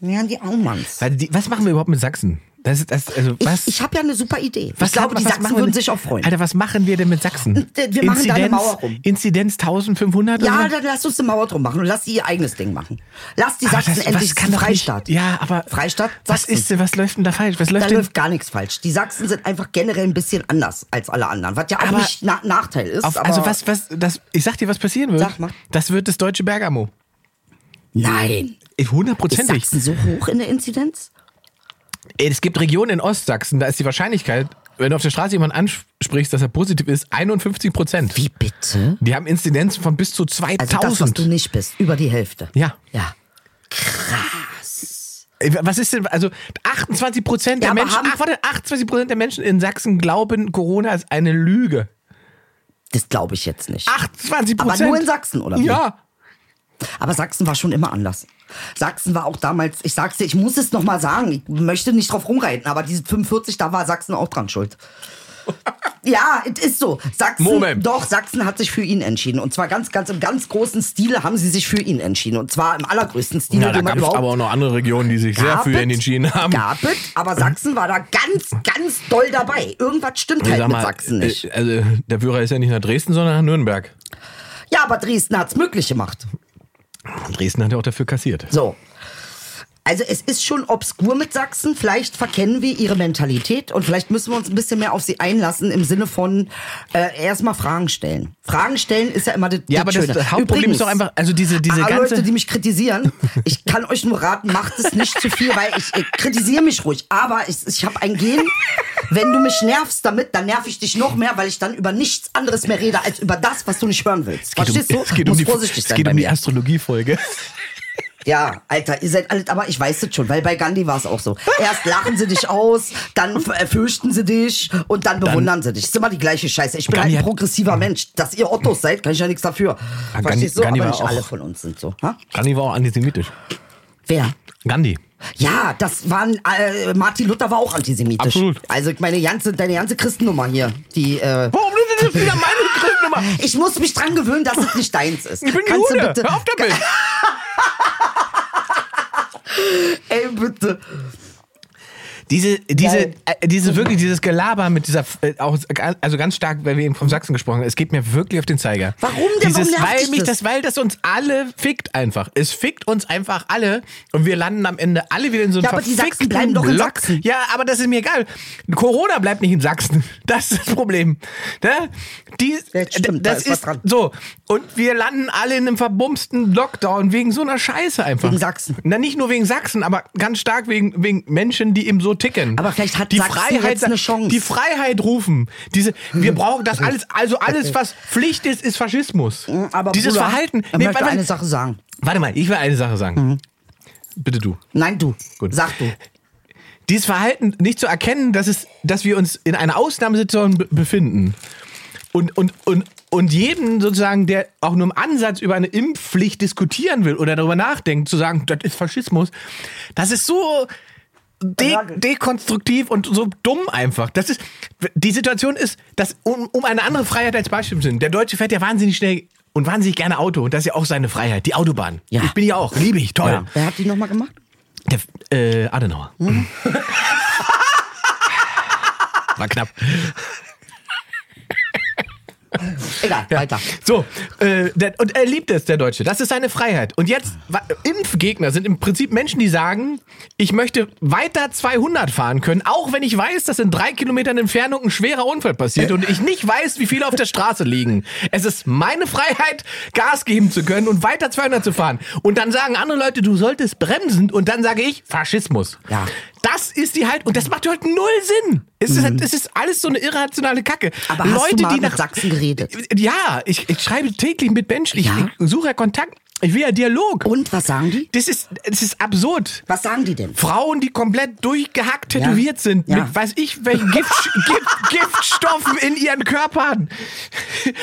Speaker 4: ja, die Aumanns.
Speaker 3: Also die, was machen wir überhaupt mit Sachsen? Das ist, das, also, was,
Speaker 4: Ich, ich habe ja eine super Idee.
Speaker 3: was
Speaker 4: ich glaube,
Speaker 3: kann-
Speaker 4: die
Speaker 3: was
Speaker 4: Sachsen
Speaker 3: machen wir
Speaker 4: würden
Speaker 3: mit-
Speaker 4: sich auch freuen.
Speaker 3: Alter, was machen wir denn mit Sachsen?
Speaker 4: Wir machen da eine Mauer rum.
Speaker 3: Inzidenz 1500? oder
Speaker 4: Ja,
Speaker 3: so?
Speaker 4: dann lass uns eine Mauer drum machen und lass sie ihr eigenes Ding machen. Lass die Sachsen
Speaker 3: das-
Speaker 4: endlich
Speaker 3: kann doch
Speaker 4: Freistaat.
Speaker 3: Nicht, ja, aber
Speaker 4: Freistaat,
Speaker 3: Was
Speaker 4: Sachsen.
Speaker 3: ist denn, was läuft denn da falsch? Was läuft
Speaker 4: Da
Speaker 3: denn?
Speaker 4: läuft gar nichts falsch. Die Sachsen sind einfach generell ein bisschen anders als alle anderen, was ja auch
Speaker 3: Aber-
Speaker 4: nicht na Nachteil ist.
Speaker 3: auf,
Speaker 4: aber
Speaker 3: also was, was, das, ich sag dir, was passieren wird.
Speaker 4: Sag mal.
Speaker 3: Das wird das deutsche Bergamo.
Speaker 4: Nein.
Speaker 3: Ey,
Speaker 4: Ist
Speaker 3: Hundertprozentig.
Speaker 4: Sachsen so hoch in der Inzidenz?
Speaker 3: Ey, Es gibt Regionen in Ostsachsen, da ist die Wahrscheinlichkeit, wenn du auf der Straße jemanden ansprichst, dass er positiv ist, 51 Prozent.
Speaker 4: Wie bitte?
Speaker 3: Die haben Inzidenzen von bis zu
Speaker 4: Also das, was
Speaker 3: 2000.
Speaker 4: du nicht bist, über die Hälfte.
Speaker 3: Ja.
Speaker 4: Ja.
Speaker 3: Ey, was ist denn, also 28 Prozent
Speaker 4: Ja,
Speaker 3: der
Speaker 4: aber
Speaker 3: Menschen,
Speaker 4: haben-
Speaker 3: ach warte, 28 Prozent der Menschen in Sachsen glauben, Corona ist eine Lüge.
Speaker 4: Das glaube ich jetzt nicht.
Speaker 3: 28
Speaker 4: Aber
Speaker 3: Prozent.
Speaker 4: nur in Sachsen, oder wie?
Speaker 3: Ja.
Speaker 4: Aber Sachsen war schon immer anders. Sachsen war auch damals, ich sag's dir, ich muss es nochmal sagen, ich möchte nicht drauf rumreiten, aber diese 45, da war Sachsen auch dran schuld. Ja, es ist so. Sachsen,
Speaker 3: Moment.
Speaker 4: doch, Sachsen hat sich für ihn entschieden. Und zwar ganz, ganz, im ganz großen Stile haben sie sich für ihn entschieden. Und zwar im allergrößten Stile,
Speaker 3: Ja, da
Speaker 4: den man
Speaker 3: gab es
Speaker 4: überhaupt
Speaker 3: aber auch noch andere Regionen, die sich sehr
Speaker 4: gab
Speaker 3: für ihn
Speaker 4: es-
Speaker 3: entschieden haben.
Speaker 4: Gab es, aber Sachsen war da ganz, ganz doll dabei. Irgendwas stimmt halt mit Sachsen nicht.
Speaker 3: Also äh, Also, der Führer ist ja nicht nach Dresden, sondern nach Nürnberg.
Speaker 4: ja, aber Dresden hat's möglich gemacht.
Speaker 3: Dresden hat ja auch dafür kassiert.
Speaker 4: So. Also es ist schon obskur mit Sachsen. Vielleicht verkennen wir ihre Mentalität und vielleicht müssen wir uns ein bisschen mehr auf sie einlassen im Sinne von äh, erstmal Fragen stellen. Fragen stellen ist ja immer das,
Speaker 3: Ja, aber das
Speaker 4: Schöne.
Speaker 3: Hauptproblem
Speaker 4: Übrigens,
Speaker 3: ist doch einfach, also diese, diese
Speaker 4: alle
Speaker 3: ganze.
Speaker 4: Leute, die mich kritisieren, ich kann euch nur raten, macht es nicht zu viel, weil ich äh, kritisiere mich ruhig. Aber ich, ich habe ein Gen. Wenn du mich nervst damit, dann nerv ich dich noch mehr, weil ich dann über nichts anderes mehr rede als über das, was du nicht hören willst.
Speaker 3: es geht
Speaker 4: Verstehst
Speaker 3: um,
Speaker 4: du?
Speaker 3: es geht um
Speaker 4: Muss
Speaker 3: die,
Speaker 4: vorsichtig
Speaker 3: es
Speaker 4: sein
Speaker 3: geht
Speaker 4: bei
Speaker 3: um die
Speaker 4: mir.
Speaker 3: Astrologiefolge.
Speaker 4: Ja, Alter, ihr seid alles, aber ich weiß das schon, weil bei Gandhi war es auch so. Erst lachen sie dich aus, dann f- äh, fürchten sie dich und dann bewundern sie dich. ist immer die gleiche Scheiße. Ich bin
Speaker 3: Gandhi
Speaker 4: halt ein
Speaker 3: hat-
Speaker 4: progressiver Mensch. Dass ihr Ottos seid, kann ich ja nichts dafür.
Speaker 3: Ja,
Speaker 4: Verstehst du?
Speaker 3: Gandhi- Gandhi
Speaker 4: aber
Speaker 3: war
Speaker 4: nicht
Speaker 3: auch-
Speaker 4: alle von uns sind so. Ha?
Speaker 3: Gandhi war auch antisemitisch.
Speaker 4: Wer?
Speaker 3: Gandhi.
Speaker 4: Ja, das waren, äh, Martin Luther war auch antisemitisch.
Speaker 3: Absolut.
Speaker 4: Also meine ganze, deine ganze Christennummer hier, die, äh,
Speaker 3: Warum ist das wieder meine Griffnummer?
Speaker 4: ich muss mich dran gewöhnen, dass es nicht deins ist.
Speaker 3: Ich bin
Speaker 4: Kannst du
Speaker 3: Jude.
Speaker 4: bitte,
Speaker 3: Hör auf damit.
Speaker 4: ey, bitte.
Speaker 3: Diese, diese,
Speaker 4: Geil.
Speaker 3: äh, diese wirklich, dieses Gelaber mit dieser, äh, auch, also ganz stark, weil wir eben vom Sachsen gesprochen haben, es geht mir wirklich auf den Zeiger.
Speaker 4: Warum denn? Warum
Speaker 3: Dieses,
Speaker 4: nervt
Speaker 3: weil
Speaker 4: dich
Speaker 3: mich
Speaker 4: das?
Speaker 3: das? weil das uns alle fickt einfach. Es fickt uns einfach alle und wir landen am Ende alle wieder in so einem
Speaker 4: Ja, aber die Sachsen
Speaker 3: verfickten
Speaker 4: bleiben doch in
Speaker 3: Block.
Speaker 4: Sachsen.
Speaker 3: Ja, aber das ist mir egal. Corona bleibt nicht in Sachsen. Das ist das Problem. Ne? Die,
Speaker 4: Ja, stimmt, da
Speaker 3: das
Speaker 4: ist was
Speaker 3: ist
Speaker 4: dran.
Speaker 3: so. Und wir landen alle in einem verbumsten Lockdown wegen so einer Scheiße einfach.
Speaker 4: Wegen Sachsen.
Speaker 3: Na, nicht nur wegen Sachsen, aber ganz stark wegen, wegen Menschen, die eben so ticken.
Speaker 4: Aber vielleicht hat
Speaker 3: die
Speaker 4: Sachsen
Speaker 3: Freiheit,
Speaker 4: jetzt eine Chance.
Speaker 3: Die Freiheit rufen. Diese, wir brauchen das alles, also alles, was Pflicht ist, ist Faschismus.
Speaker 4: Aber
Speaker 3: Dieses
Speaker 4: Bruder,
Speaker 3: Verhalten.
Speaker 4: Ich
Speaker 3: Nee,
Speaker 4: möchte
Speaker 3: warte,
Speaker 4: eine Mhm.
Speaker 3: mal,
Speaker 4: Sache sagen.
Speaker 3: warte mal, ich will eine Sache sagen. Bitte du.
Speaker 4: Nein, du.
Speaker 3: Gut.
Speaker 4: Sag du.
Speaker 3: Dieses Verhalten nicht zu erkennen, dass, es, dass wir uns in einer Ausnahmesituation be- befinden. Und, und, und, und jedem sozusagen, der auch nur im Ansatz über eine Impfpflicht diskutieren will oder darüber nachdenkt, zu sagen, das ist Faschismus, das ist so de dekonstruktiv und so dumm einfach. Das ist, die Situation ist, dass um, um eine andere Freiheit als Beispiel zu nehmen. Der Deutsche fährt ja wahnsinnig schnell und wahnsinnig gerne Auto und das ist ja auch seine Freiheit, die Autobahn.
Speaker 4: Ja.
Speaker 3: Ich bin Oh ja auch, liebe ich, toll.
Speaker 4: Ja. Wer hat die nochmal gemacht?
Speaker 3: Der, äh, Adenauer. War knapp.
Speaker 4: Egal, weiter.
Speaker 3: So, äh, der, und er liebt es, der Deutsche. Das ist seine Freiheit. Und jetzt, wa- Impfgegner sind im Prinzip Menschen, die sagen, ich möchte weiter 200 fahren können, auch wenn ich weiß, dass in drei Kilometern Entfernung ein schwerer Unfall passiert und ich nicht weiß, wie viele auf der Straße liegen. Es ist meine Freiheit, Gas geben zu können und weiter 200 zu fahren. Und dann sagen andere Leute, du solltest bremsen. Und dann sage ich, Faschismus.
Speaker 4: Ja.
Speaker 3: Das ist die halt, und das macht halt null Sinn. Es, ist, halt- es ist alles so eine irrationale Kacke.
Speaker 4: Mhm. Aber hast
Speaker 3: Leute,
Speaker 4: du mal
Speaker 3: die
Speaker 4: mit
Speaker 3: nach
Speaker 4: Sachsen geredet?
Speaker 3: ja, ich, ich schreibe täglich mit Menschen. Ich,
Speaker 4: Ja?
Speaker 3: ich suche ja Kontakt. Ich will ja Dialog.
Speaker 4: Und was sagen die?
Speaker 3: das ist, das ist absurd.
Speaker 4: Was sagen die denn?
Speaker 3: Frauen, die komplett durchgehackt
Speaker 4: Ja.
Speaker 3: tätowiert sind,
Speaker 4: Ja.
Speaker 3: mit weiß ich welchen Gift, Gift, Giftstoffen in ihren Körpern,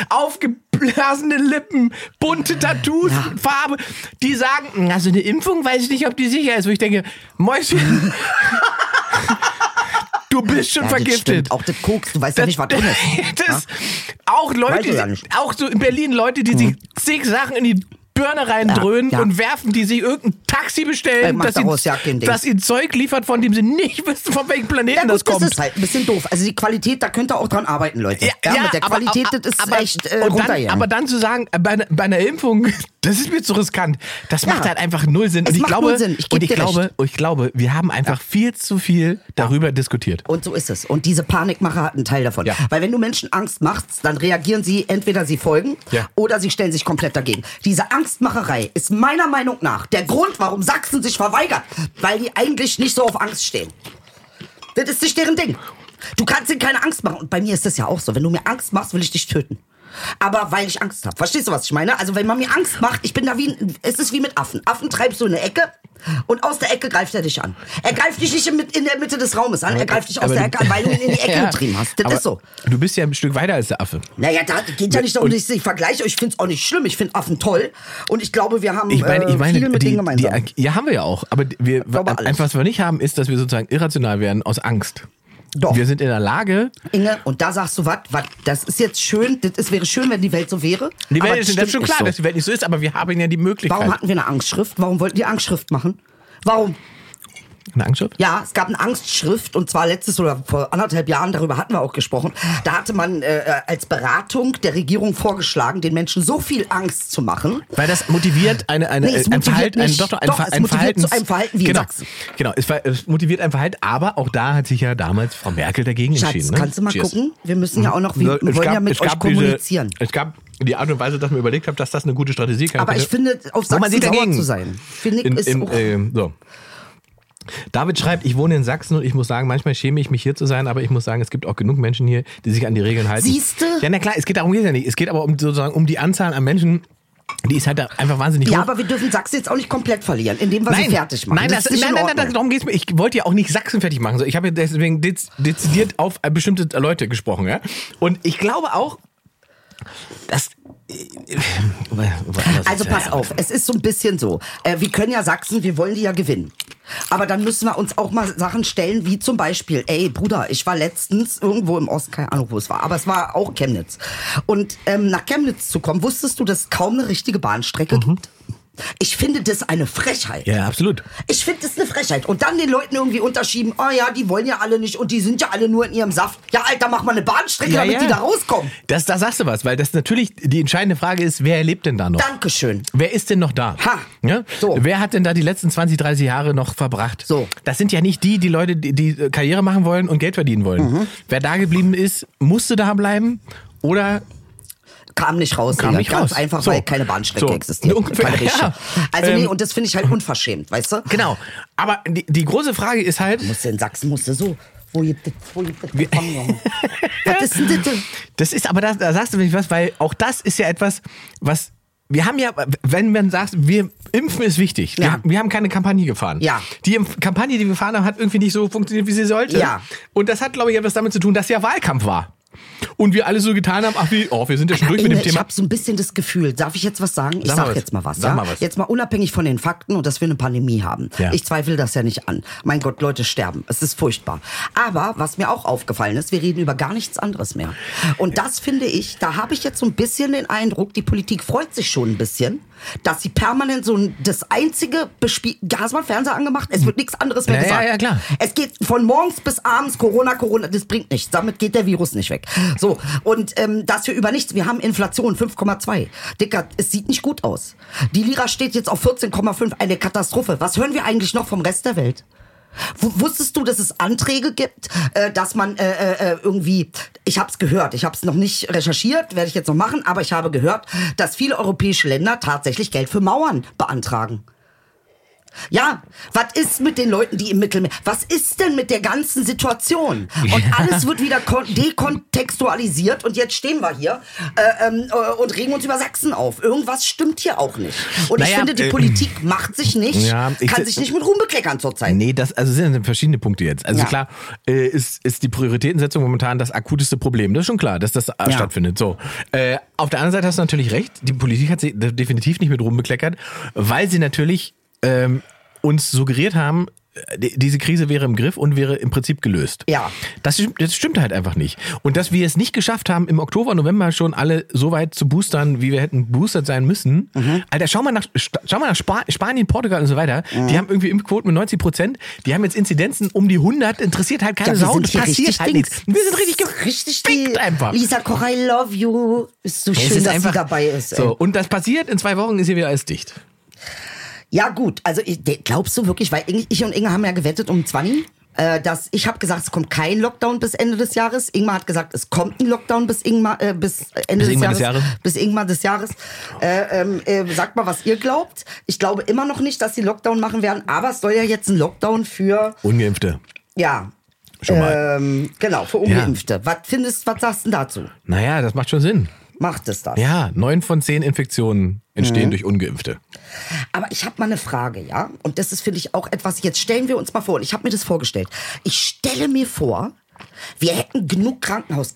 Speaker 3: aufgeblasene Lippen, bunte Tattoos,
Speaker 4: Ja.
Speaker 3: Farbe, die sagen, "Hm, also eine Impfung, weiß ich nicht, ob die sicher ist. Wo ich denke, Mäuschen, du bist schon
Speaker 4: Ja, das
Speaker 3: vergiftet.
Speaker 4: stimmt. Auch das Koks, du weißt ja nicht, was drin ist.
Speaker 3: Das, auch
Speaker 4: Weiß
Speaker 3: Leute,
Speaker 4: ich ja
Speaker 3: die-
Speaker 4: nicht. Hm.
Speaker 3: auch so in Berlin Leute, die sich zig Sachen in die Birne reindröhnen
Speaker 4: Ja, ja.
Speaker 3: und werfen, die sich irgendein Taxi
Speaker 4: Ey,
Speaker 3: bestellen,
Speaker 4: macht
Speaker 3: dass ihnen,
Speaker 4: daraus ja kein Ding.
Speaker 3: dass ihnen Zeug liefert, von dem sie nicht wissen, von welchem Planeten
Speaker 4: Ja, gut,
Speaker 3: das kommt.
Speaker 4: ist halt ein bisschen doof. Also die Qualität, da könnt ihr auch dran arbeiten, Leute. Ja, mit der Qualität, das ist echt äh,
Speaker 3: und dann,
Speaker 4: runtergegangen.
Speaker 3: aber dann zu sagen, äh, bei, einer- bei einer Impfung, das ist mir zu riskant, das macht halt einfach null Sinn.
Speaker 4: Es
Speaker 3: Und ich,
Speaker 4: macht
Speaker 3: glaube,
Speaker 4: null Sinn. Ich geb
Speaker 3: und ich,
Speaker 4: dir
Speaker 3: glaube, und ich glaube, wir haben einfach viel zu viel darüber diskutiert.
Speaker 4: Und so ist es. Und diese Panikmache hat einen Teil davon.
Speaker 3: Ja.
Speaker 4: Weil wenn du Menschen Angst machst, dann reagieren sie, entweder sie folgen
Speaker 3: Ja.
Speaker 4: oder sie stellen sich komplett dagegen. Diese Angstmacherei ist meiner Meinung nach der Grund, warum Sachsen sich verweigert. Weil die eigentlich nicht so auf Angst stehen. Das ist nicht deren Ding. Du kannst ihnen keine Angst machen. Und bei mir ist das ja auch so. Wenn du mir Angst machst, will ich dich töten. Aber weil ich Angst habe. Verstehst du, was ich meine? Also wenn man mir Angst macht, ich bin da wie ein, es ist wie mit Affen. Affen treibst du in eine Ecke und aus der Ecke greift er dich an. Er greift dich nicht in, in der Mitte des Raumes an, er greift dich aus
Speaker 3: Aber
Speaker 4: der
Speaker 3: du-
Speaker 4: Ecke an, weil du ihn in die Ecke
Speaker 3: Ja.
Speaker 4: getrieben hast. Das
Speaker 3: Aber
Speaker 4: ist so.
Speaker 3: Du bist ja ein Stück weiter als der Affe.
Speaker 4: Naja, da geht ja nicht darum, dass ich sie vergleiche. Ich finde es auch nicht schlimm. Ich finde Affen toll. Und ich glaube, wir haben
Speaker 3: Ich meine,
Speaker 4: äh,
Speaker 3: ich meine,
Speaker 4: viel mit
Speaker 3: die,
Speaker 4: denen gemeinsam.
Speaker 3: Die, ja, haben wir ja auch. Aber die- wir,
Speaker 4: glaube, alles.
Speaker 3: einfach, was wir nicht haben, ist, dass wir sozusagen irrational werden aus Angst.
Speaker 4: Doch.
Speaker 3: Wir sind in der Lage.
Speaker 4: Inge, und da sagst du was, was, das ist jetzt schön, das ist, wäre schön, wenn die Welt so wäre.
Speaker 3: Die Welt
Speaker 4: aber
Speaker 3: ist,
Speaker 4: das
Speaker 3: das ist
Speaker 4: stimmt
Speaker 3: schon
Speaker 4: nicht
Speaker 3: klar,
Speaker 4: so.
Speaker 3: dass die Welt nicht so ist, aber wir haben ja die Möglichkeit.
Speaker 4: Warum hatten wir eine Angstschrift? Warum wollten die Angstschrift machen? Warum?
Speaker 3: Eine Angstschrift?
Speaker 4: Ja, es gab eine Angstschrift und zwar letztes oder vor anderthalb Jahren, darüber hatten wir auch gesprochen. Da hatte man äh, als Beratung der Regierung vorgeschlagen, den Menschen so viel Angst zu machen.
Speaker 3: Weil das motiviert eine, eine,
Speaker 4: Nee, es
Speaker 3: ein
Speaker 4: motiviert
Speaker 3: Verhalten, ein,
Speaker 4: nicht.
Speaker 3: doch, doch, ein,
Speaker 4: Doch,
Speaker 3: Ver-
Speaker 4: es
Speaker 3: ein
Speaker 4: motiviert
Speaker 3: Verhalten.
Speaker 4: zu einem Verhalten wie in
Speaker 3: genau,
Speaker 4: Sachsen.
Speaker 3: genau es, ver- es motiviert ein Verhalten, aber auch da hat sich ja damals Frau Merkel dagegen
Speaker 4: Schatz,
Speaker 3: entschieden. Ne?
Speaker 4: kannst du mal
Speaker 3: Cheers. Mhm.
Speaker 4: gucken? Wir müssen ja auch noch, wir
Speaker 3: Ne, Es
Speaker 4: wollen
Speaker 3: gab-
Speaker 4: ja
Speaker 3: es
Speaker 4: mit euch
Speaker 3: gab diese-
Speaker 4: kommunizieren.
Speaker 3: Es gab die Art und Weise, dass man überlegt hat, dass das eine gute Strategie kann.
Speaker 4: Aber ich finde, auf
Speaker 3: Wo man
Speaker 4: Sachsen
Speaker 3: sieht
Speaker 4: sauer
Speaker 3: dagegen.
Speaker 4: zu sein, finde ich,
Speaker 3: in,
Speaker 4: ist
Speaker 3: in,
Speaker 4: auch-
Speaker 3: ähm, so. David schreibt, ich wohne in Sachsen und ich muss sagen, manchmal schäme ich mich hier zu sein, aber ich muss sagen, es gibt auch genug Menschen hier, die sich an die Regeln halten.
Speaker 4: Siehste?
Speaker 3: Ja, na klar, es geht darum geht's ja nicht. Es geht aber um sozusagen um die Anzahl an Menschen, die ist halt da einfach wahnsinnig
Speaker 4: Ja,
Speaker 3: hoch.
Speaker 4: aber wir dürfen Sachsen jetzt auch nicht komplett verlieren, indem wir sie fertig machen.
Speaker 3: Nein, das,
Speaker 4: ist nicht
Speaker 3: nein,
Speaker 4: in
Speaker 3: nein, nein,
Speaker 4: Ordnung.
Speaker 3: darum geht's mir. Ich wollte ja auch nicht Sachsen fertig machen. So, Ich habe ja deswegen dez, dezidiert auf äh, bestimmte Leute gesprochen. Ja? Und ich glaube auch, dass... äh,
Speaker 4: Also pass auf, es ist so ein bisschen so. Äh, wir können ja Sachsen, wir wollen die ja gewinnen. Aber dann müssen wir uns auch mal Sachen stellen, wie zum Beispiel, ey Bruder, ich war letztens irgendwo im Osten, keine Ahnung, wo es war, aber es war auch Chemnitz. Und ähm, nach Chemnitz zu kommen, wusstest du, dass es kaum eine richtige Bahnstrecke gibt? Ich finde das eine Frechheit.
Speaker 3: Ja, absolut.
Speaker 4: Ich finde das eine Frechheit. Und dann den Leuten irgendwie unterschieben, oh ja, die wollen ja alle nicht und die sind ja alle nur in ihrem Saft. Ja, Alter, mach mal eine Bahnstrecke, damit die da rauskommen.
Speaker 3: Das, da sagst du was, weil das natürlich die entscheidende Frage ist, wer lebt denn da noch?
Speaker 4: Dankeschön.
Speaker 3: Wer ist denn noch da?
Speaker 4: Ha.
Speaker 3: Ja?
Speaker 4: So.
Speaker 3: Wer hat denn da die letzten 20, 30 Jahre noch verbracht?
Speaker 4: So.
Speaker 3: Das sind ja nicht die, die Leute, die, die äh, Karriere machen wollen und Geld verdienen wollen.
Speaker 4: Mhm.
Speaker 3: Wer da geblieben ist, musste da bleiben oder
Speaker 4: kam nicht raus.
Speaker 3: Kam
Speaker 4: Digga.
Speaker 3: nicht
Speaker 4: Ganz
Speaker 3: raus.
Speaker 4: einfach,
Speaker 3: So.
Speaker 4: weil keine Bahnstrecke
Speaker 3: So.
Speaker 4: existiert.
Speaker 3: Ungefähr,
Speaker 4: Keine richtige.
Speaker 3: ja.
Speaker 4: Also nee,
Speaker 3: Ähm.
Speaker 4: und das finde ich halt unverschämt, weißt du?
Speaker 3: genau. Aber die, die große Frage ist halt,
Speaker 4: Musste in Sachsen musste so. Wo gibt es, wo gibt es Empfang, Junge? Was ist denn das?
Speaker 3: das ist aber das, da sagst du wirklich was, weil auch das ist ja etwas, was wir haben ja, wenn man sagt, wir impfen ist wichtig.
Speaker 4: Ja.
Speaker 3: Wir, wir haben keine Kampagne gefahren.
Speaker 4: Ja.
Speaker 3: Die Impf- Kampagne, die wir gefahren haben, hat irgendwie nicht so funktioniert, wie sie sollte.
Speaker 4: Ja.
Speaker 3: Und das hat, glaube ich, etwas damit zu tun, dass ja Wahlkampf war. Und wir alle so getan haben, ach, wie, oh, wir sind ja schon durch mit dem
Speaker 4: Inge, Äh, Ich
Speaker 3: Thema.
Speaker 4: habe so ein bisschen das Gefühl, darf ich jetzt was sagen? Ich
Speaker 3: Sag
Speaker 4: sag,
Speaker 3: mal was.
Speaker 4: jetzt mal was,
Speaker 3: Sag
Speaker 4: ja?
Speaker 3: mal was.
Speaker 4: Jetzt mal unabhängig von den Fakten und dass wir eine Pandemie haben.
Speaker 3: Ja.
Speaker 4: Ich zweifle das ja nicht an. Mein Gott, Leute sterben. Es ist furchtbar. Aber was mir auch aufgefallen ist, wir reden über gar nichts anderes mehr. Und das finde ich, da habe ich jetzt so ein bisschen den Eindruck, die Politik freut sich schon ein bisschen, dass sie permanent so ein, das einzige bespielt. Hast du mal Fernseher angemacht? Es
Speaker 3: Hm.
Speaker 4: wird nichts anderes mehr
Speaker 3: Ja, ja,
Speaker 4: gesagt.
Speaker 3: ja, klar.
Speaker 4: Es geht von morgens bis abends Corona, Corona, das bringt nichts. Damit geht der Virus nicht weg. So, und ähm, dass wir über nichts, wir haben Inflation 5,2. Dicker, es sieht nicht gut aus. Die Lira steht jetzt auf 14,5, eine Katastrophe. Was hören wir eigentlich noch vom Rest der Welt? W wusstest du, dass es Anträge gibt, äh, dass man äh, äh, irgendwie, ich habe es gehört, ich habe es noch nicht recherchiert, werde ich jetzt noch machen, aber ich habe gehört, dass viele europäische Länder tatsächlich Geld für Mauern beantragen. Ja, was ist mit den Leuten, die im Mittelmeer? Was ist denn mit der ganzen Situation? Und alles wird wieder kon- dekontextualisiert und jetzt stehen wir hier äh, ähm, äh, und regen uns über Sachsen auf. Irgendwas stimmt hier auch nicht. Und ich
Speaker 3: Naja,
Speaker 4: finde, die
Speaker 3: äh,
Speaker 4: Politik macht sich nicht,
Speaker 3: Ja, ich-
Speaker 4: kann sich nicht mit Ruhm bekleckern zurzeit.
Speaker 3: Nee, das also sind dann verschiedene Punkte jetzt. Also
Speaker 4: Ja.
Speaker 3: klar äh, ist, ist die Prioritätensetzung momentan das akuteste Problem. Das ist schon klar, dass das äh, stattfindet. So. Äh, auf der anderen Seite hast du natürlich recht. Die Politik hat sich de- definitiv nicht mit rumbekleckert, weil sie natürlich ähm, uns suggeriert haben, äh, die- diese Krise wäre im Griff und wäre im Prinzip gelöst.
Speaker 4: Ja.
Speaker 3: Das, stimmt- das stimmt halt einfach nicht. Und dass wir es nicht geschafft haben, im Oktober, November schon alle so weit zu boostern, wie wir hätten boostert sein müssen.
Speaker 4: Mhm.
Speaker 3: Alter, schau mal nach, sta- schau mal nach Spa Spanien, Portugal und so weiter. Die haben irgendwie Impfquoten mit 90 Prozent. Die haben jetzt Inzidenzen um die 100. Interessiert halt keine
Speaker 4: Ja, wir
Speaker 3: Sau.
Speaker 4: sind
Speaker 3: Es
Speaker 4: hier
Speaker 3: passiert
Speaker 4: richtig
Speaker 3: halt
Speaker 4: Dings.
Speaker 3: nichts. Wir sind richtig ge-
Speaker 4: richtig
Speaker 3: fickt
Speaker 4: die-
Speaker 3: einfach.
Speaker 4: Lisa Koch, I love you. Ist so schön, dass sie dabei ist. ey.
Speaker 3: So, und das passiert, in zwei Wochen ist hier wieder alles dicht.
Speaker 4: Ja gut, also ich, de- glaubst du wirklich, weil Inge- ich und Inge haben ja gewettet um 20, äh, dass ich habe gesagt, es kommt kein Lockdown bis Ende des Jahres. Ingmar hat gesagt, es kommt ein Lockdown bis, Ingmar, äh, bis Ende
Speaker 3: Bis
Speaker 4: des,
Speaker 3: Ingmar des
Speaker 4: Jahres,
Speaker 3: Jahres.
Speaker 4: Bis Ingmar des Jahres. Äh, ähm, äh, sagt mal, was ihr glaubt. Ich glaube immer noch nicht, dass sie Lockdown machen werden, aber es soll ja jetzt ein Lockdown für,
Speaker 3: Ungeimpfte.
Speaker 4: ja,
Speaker 3: Schon mal.
Speaker 4: ähm, genau, für Ungeimpfte. Was findest, was sagst du denn dazu?
Speaker 3: Naja, das macht schon Sinn.
Speaker 4: Macht es das?
Speaker 3: Ja, neun von zehn Infektionen entstehen
Speaker 4: Mhm.
Speaker 3: durch Ungeimpfte.
Speaker 4: Aber ich habe mal eine Frage, ja? Und das ist, finde ich, auch etwas, jetzt stellen wir uns mal vor, und ich habe mir das vorgestellt. Ich stelle mir vor, wir hätten genug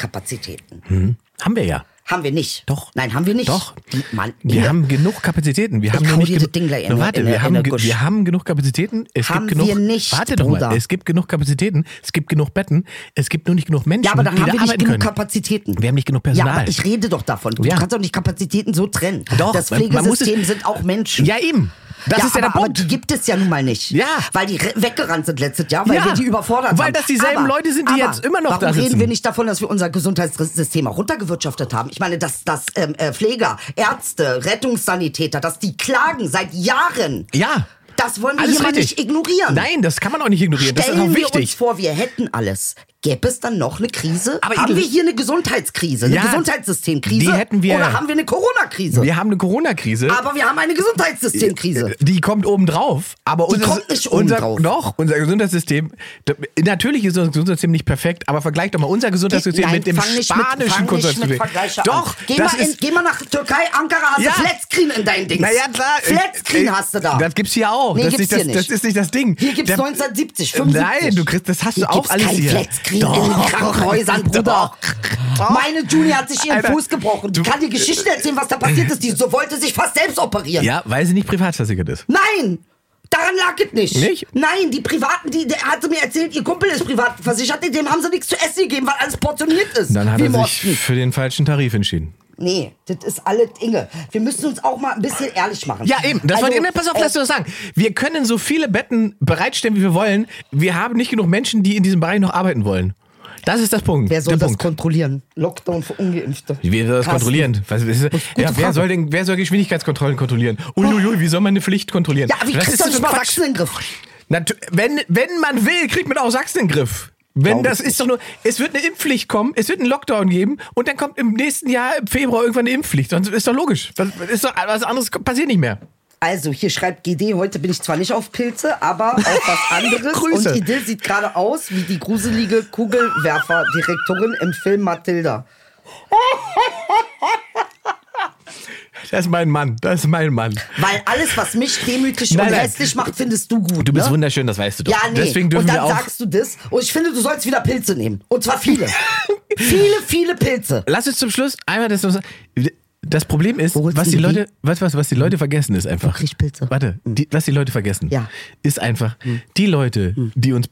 Speaker 4: Krankenhauskapazitäten.
Speaker 3: Haben wir ja.
Speaker 4: Haben wir nicht.
Speaker 3: Hm. Doch.
Speaker 4: Nein, haben wir nicht.
Speaker 3: Doch.
Speaker 4: Die- Mann,
Speaker 3: Wir
Speaker 4: Inge,
Speaker 3: haben genug Kapazitäten. Wir haben nur
Speaker 4: hau
Speaker 3: nicht
Speaker 4: dir
Speaker 3: genu-
Speaker 4: das Ding gleich in
Speaker 3: Na,
Speaker 4: der-
Speaker 3: Warte,
Speaker 4: in
Speaker 3: wir
Speaker 4: der-
Speaker 3: haben
Speaker 4: in der
Speaker 3: ge-
Speaker 4: Gusch.
Speaker 3: wir haben genug Kapazitäten. Es
Speaker 4: Haben
Speaker 3: gibt genug.
Speaker 4: wir nicht,
Speaker 3: warte doch mal.
Speaker 4: Bruder.
Speaker 3: Es gibt genug Kapazitäten. Es gibt genug Betten. Es gibt nur nicht genug Menschen,
Speaker 4: Ja, aber dann
Speaker 3: die
Speaker 4: haben
Speaker 3: da
Speaker 4: wir nicht
Speaker 3: arbeiten
Speaker 4: genug
Speaker 3: können.
Speaker 4: Kapazitäten.
Speaker 3: Wir haben nicht genug Personal.
Speaker 4: Ja, aber ich rede doch davon. Du
Speaker 3: Ja.
Speaker 4: kannst doch nicht Kapazitäten so trennen.
Speaker 3: Doch,
Speaker 4: das
Speaker 3: man- man muss
Speaker 4: Pflegesystem
Speaker 3: es-
Speaker 4: sind auch Menschen.
Speaker 3: ja eben. Das ist ja der
Speaker 4: aber,
Speaker 3: Punkt.
Speaker 4: Aber die gibt es ja nun mal nicht.
Speaker 3: Ja.
Speaker 4: Weil die re- weggerannt sind letztes Jahr, weil
Speaker 3: Ja.
Speaker 4: wir die überfordert
Speaker 3: Weil
Speaker 4: haben.
Speaker 3: das dieselben Leute sind, die
Speaker 4: aber
Speaker 3: jetzt immer noch
Speaker 4: warum
Speaker 3: da sitzen.
Speaker 4: reden wir nicht davon, dass wir unser Gesundheitssystem auch runtergewirtschaftet haben? Ich meine, dass, dass ähm, äh, Pfleger, Ärzte, Rettungssanitäter, dass die klagen seit Jahren.
Speaker 3: Ja.
Speaker 4: Das wollen wir
Speaker 3: Alles
Speaker 4: hier mal
Speaker 3: richtig.
Speaker 4: nicht ignorieren.
Speaker 3: Nein, das kann man auch nicht ignorieren. Das ist
Speaker 4: Stellen
Speaker 3: auch
Speaker 4: wir uns
Speaker 3: wichtig.
Speaker 4: vor, wir hätten alles. Gäbe es dann noch eine Krise?
Speaker 3: Aber
Speaker 4: haben
Speaker 3: Edel-
Speaker 4: wir hier eine Gesundheitskrise, eine
Speaker 3: Ja,
Speaker 4: Gesundheitssystemkrise?
Speaker 3: die hätten wir-
Speaker 4: Oder haben wir eine Corona-Krise?
Speaker 3: Wir haben eine Corona-Krise.
Speaker 4: Aber wir haben eine Gesundheitssystemkrise.
Speaker 3: Äh, Die kommt obendrauf, aber
Speaker 4: Die
Speaker 3: unser,
Speaker 4: kommt nicht
Speaker 3: unser,
Speaker 4: obendrauf.
Speaker 3: doch, unser Gesundheitssystem, d- natürlich ist unser Gesundheitssystem nicht perfekt, aber vergleich doch mal unser Gesundheitssystem
Speaker 4: Nein,
Speaker 3: mit dem
Speaker 4: fang nicht mit-
Speaker 3: spanischen
Speaker 4: fang nicht mit
Speaker 3: Gesundheitssystem.
Speaker 4: Vergleiche
Speaker 3: Doch,
Speaker 4: an. Geh,
Speaker 3: das
Speaker 4: mal in,
Speaker 3: ist,
Speaker 4: geh mal nach Türkei, Ankara, hast
Speaker 3: Ja.
Speaker 4: du Flatscreen in deinem Ding.
Speaker 3: naja, klar.
Speaker 4: Flatscreen
Speaker 3: äh,
Speaker 4: hast du da.
Speaker 3: Das gibt's hier auch.
Speaker 4: Nee,
Speaker 3: das,
Speaker 4: gibt's
Speaker 3: ist das,
Speaker 4: hier nicht.
Speaker 3: das ist nicht das Ding.
Speaker 4: Hier gibt's
Speaker 3: Der- Äh,
Speaker 4: 1970, 75.
Speaker 3: Nein, du kriegst, das hast
Speaker 4: Hier
Speaker 3: du auch
Speaker 4: gibt's
Speaker 3: alles
Speaker 4: kein
Speaker 3: hier.
Speaker 4: Flatscreen in den
Speaker 3: Doch.
Speaker 4: Krankenhäusern, Bruder.
Speaker 3: Doch.
Speaker 4: Meine Juni hat sich ihren
Speaker 3: Alter,
Speaker 4: Fuß gebrochen. Die
Speaker 3: du-
Speaker 4: kann dir Geschichten erzählen, was da passiert ist. Die so wollte sich fast selbst operieren.
Speaker 3: Ja, weil sie nicht privatversichert ist.
Speaker 4: Nein! Daran lag es nicht.
Speaker 3: Nicht?
Speaker 4: Nein, die Privaten, die, der hatte mir erzählt, ihr Kumpel ist privat versichert, dem haben sie nichts zu essen gegeben, weil alles portioniert ist.
Speaker 3: Dann hat
Speaker 4: Wie
Speaker 3: er
Speaker 4: Morten.
Speaker 3: sich für den falschen Tarif entschieden.
Speaker 4: Nee, das ist alles Inge. Wir müssen uns auch mal ein bisschen ehrlich machen.
Speaker 3: Ja, eben. Das wollte ich, na, pass auf,
Speaker 4: äh,
Speaker 3: lass du das sagen. Wir können so viele Betten bereitstellen, wie wir wollen. Wir haben nicht genug Menschen, die in diesem Bereich noch arbeiten wollen. Das ist das Punkt.
Speaker 4: Wer soll
Speaker 3: der
Speaker 4: das
Speaker 3: Punkt.
Speaker 4: kontrollieren? Lockdown für Ungeimpfte.
Speaker 3: Wer soll das
Speaker 4: Carsten.
Speaker 3: kontrollieren? Was, was, ja, wer,
Speaker 4: Frage.
Speaker 3: soll denn, wer soll Geschwindigkeitskontrollen kontrollieren? Uiuiui, wie soll man eine Pflicht kontrollieren?
Speaker 4: Ja, wie
Speaker 3: Was
Speaker 4: kriegst
Speaker 3: ist das
Speaker 4: du nicht
Speaker 3: für
Speaker 4: mal
Speaker 3: Quatsch?
Speaker 4: Sachsen in den Griff?
Speaker 3: Natu- wenn, wenn man will, kriegt man auch Sachsen in den Griff. Wenn
Speaker 4: Glaub
Speaker 3: das
Speaker 4: ich
Speaker 3: ist doch nur, es wird eine Impfpflicht kommen, es wird einen Lockdown geben und dann kommt im nächsten Jahr im Februar irgendwann eine Impfpflicht. Sonst ist doch logisch. Was, ist doch, was anderes passiert nicht mehr.
Speaker 4: Also, hier schreibt GD, heute bin ich zwar nicht auf Pilze, aber auf was anderes.
Speaker 3: Grüße.
Speaker 4: Und Idil sieht gerade aus wie die gruselige Kugelwerferdirektorin im Film Matilda.
Speaker 3: Das ist mein Mann. Das ist mein Mann.
Speaker 4: Weil alles, was mich demütig
Speaker 3: Nein,
Speaker 4: und
Speaker 3: nein.
Speaker 4: hässlich macht, findest du gut.
Speaker 3: Du bist
Speaker 4: ne?
Speaker 3: wunderschön, das weißt du doch.
Speaker 4: Ja, nee.
Speaker 3: Deswegen
Speaker 4: und
Speaker 3: dürfen
Speaker 4: dann
Speaker 3: wir auch.
Speaker 4: sagst du das. Und ich finde, du sollst wieder Pilze nehmen. Und zwar viele. Viele, viele Pilze.
Speaker 3: Lass uns zum Schluss einmal das. Das Problem ist,
Speaker 4: Wo holst
Speaker 3: was
Speaker 4: du
Speaker 3: die
Speaker 4: die?
Speaker 3: Leute, was, was, was die Leute vergessen ist einfach.
Speaker 4: krieg ich Pilze. Hm.
Speaker 3: Warte, die, was die Leute vergessen,
Speaker 4: Ja. Hm.
Speaker 3: ist einfach, die Leute, die uns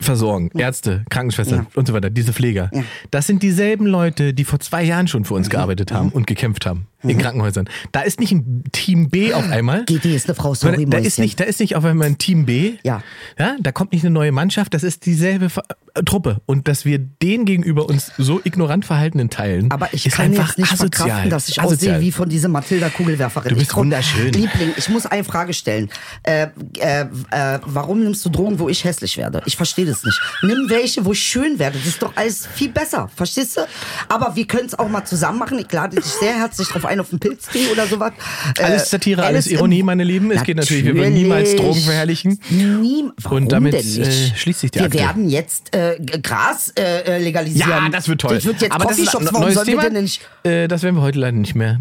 Speaker 3: versorgen, Ärzte, Krankenschwestern
Speaker 4: Ja.
Speaker 3: und so weiter, diese Pfleger,
Speaker 4: Ja. Mhm.
Speaker 3: das sind dieselben Leute, die vor zwei Jahren schon für uns gearbeitet haben und gekämpft haben in Krankenhäusern. Da ist nicht ein Team B auf einmal.
Speaker 4: GD ist eine Frau, sorry,
Speaker 3: Sondern da ist
Speaker 4: Mäuschen.
Speaker 3: nicht, da ist nicht auf einmal ein Team B.
Speaker 4: Ja.
Speaker 3: ja. Da kommt nicht eine neue Mannschaft, das ist dieselbe Ver äh, Truppe. Und dass wir den gegenüber uns so ignorant verhalten in Teilen,
Speaker 4: Aber ich
Speaker 3: ist
Speaker 4: kann
Speaker 3: einfach
Speaker 4: jetzt nicht
Speaker 3: asozial.
Speaker 4: verkraften, dass ich aussehe wie von dieser Matilda Kugelwerferin.
Speaker 3: Du bist
Speaker 4: ich komm-
Speaker 3: wunderschön.
Speaker 4: Liebling, ich muss eine Frage stellen. Äh, äh, äh, warum nimmst du Drogen, wo ich hässlich werde? Ich verstehe das nicht. Nimm welche, wo ich schön werde. Das ist doch alles viel besser. Verstehst du? Aber wir können es auch mal zusammen machen. Ich lade dich sehr herzlich drauf ein, auf einen Pilztee oder sowas. Äh,
Speaker 3: Alles Satire, alles
Speaker 4: im-
Speaker 3: Ironie, meine Lieben. Es geht natürlich, wir würden niemals Drogen verherrlichen.
Speaker 4: Niem Warum
Speaker 3: damit,
Speaker 4: denn nicht?
Speaker 3: äh, schließt sich die
Speaker 4: Wir
Speaker 3: Akte.
Speaker 4: werden jetzt äh, Gras äh, äh, legalisieren.
Speaker 3: Ja, das wird toll.
Speaker 4: Ich würde jetzt
Speaker 3: Aber das ist ein
Speaker 4: Coffeeshops, warum
Speaker 3: neues
Speaker 4: sollen wir
Speaker 3: Thema.
Speaker 4: denn nicht
Speaker 3: Äh, das werden wir heute leider nicht mehr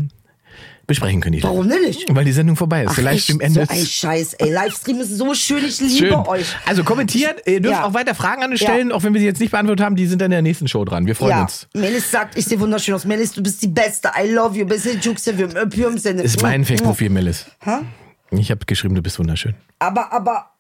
Speaker 3: besprechen können. die
Speaker 4: Warum
Speaker 3: Leute.
Speaker 4: denn nicht?
Speaker 3: Weil die Sendung vorbei ist.
Speaker 4: Ach,
Speaker 3: Der Livestream
Speaker 4: echt?
Speaker 3: endet.
Speaker 4: So ein Scheiß, ey. Livestream ist so schön, ich liebe euch.
Speaker 3: Also kommentiert, ihr dürft
Speaker 4: Ja.
Speaker 3: auch weiter Fragen an uns
Speaker 4: Ja.
Speaker 3: stellen, auch wenn wir sie jetzt nicht beantwortet haben, die sind dann in der nächsten Show dran. Wir freuen
Speaker 4: ja.
Speaker 3: uns.
Speaker 4: Melis sagt, ich sehe wunderschön aus. Melis, du bist die Beste. I love you. Bist du äh, Mhm.
Speaker 3: Ist mein Fake-Profil, Melis.
Speaker 4: Hä?
Speaker 3: Ich habe geschrieben, du bist wunderschön.
Speaker 4: Aber, aber,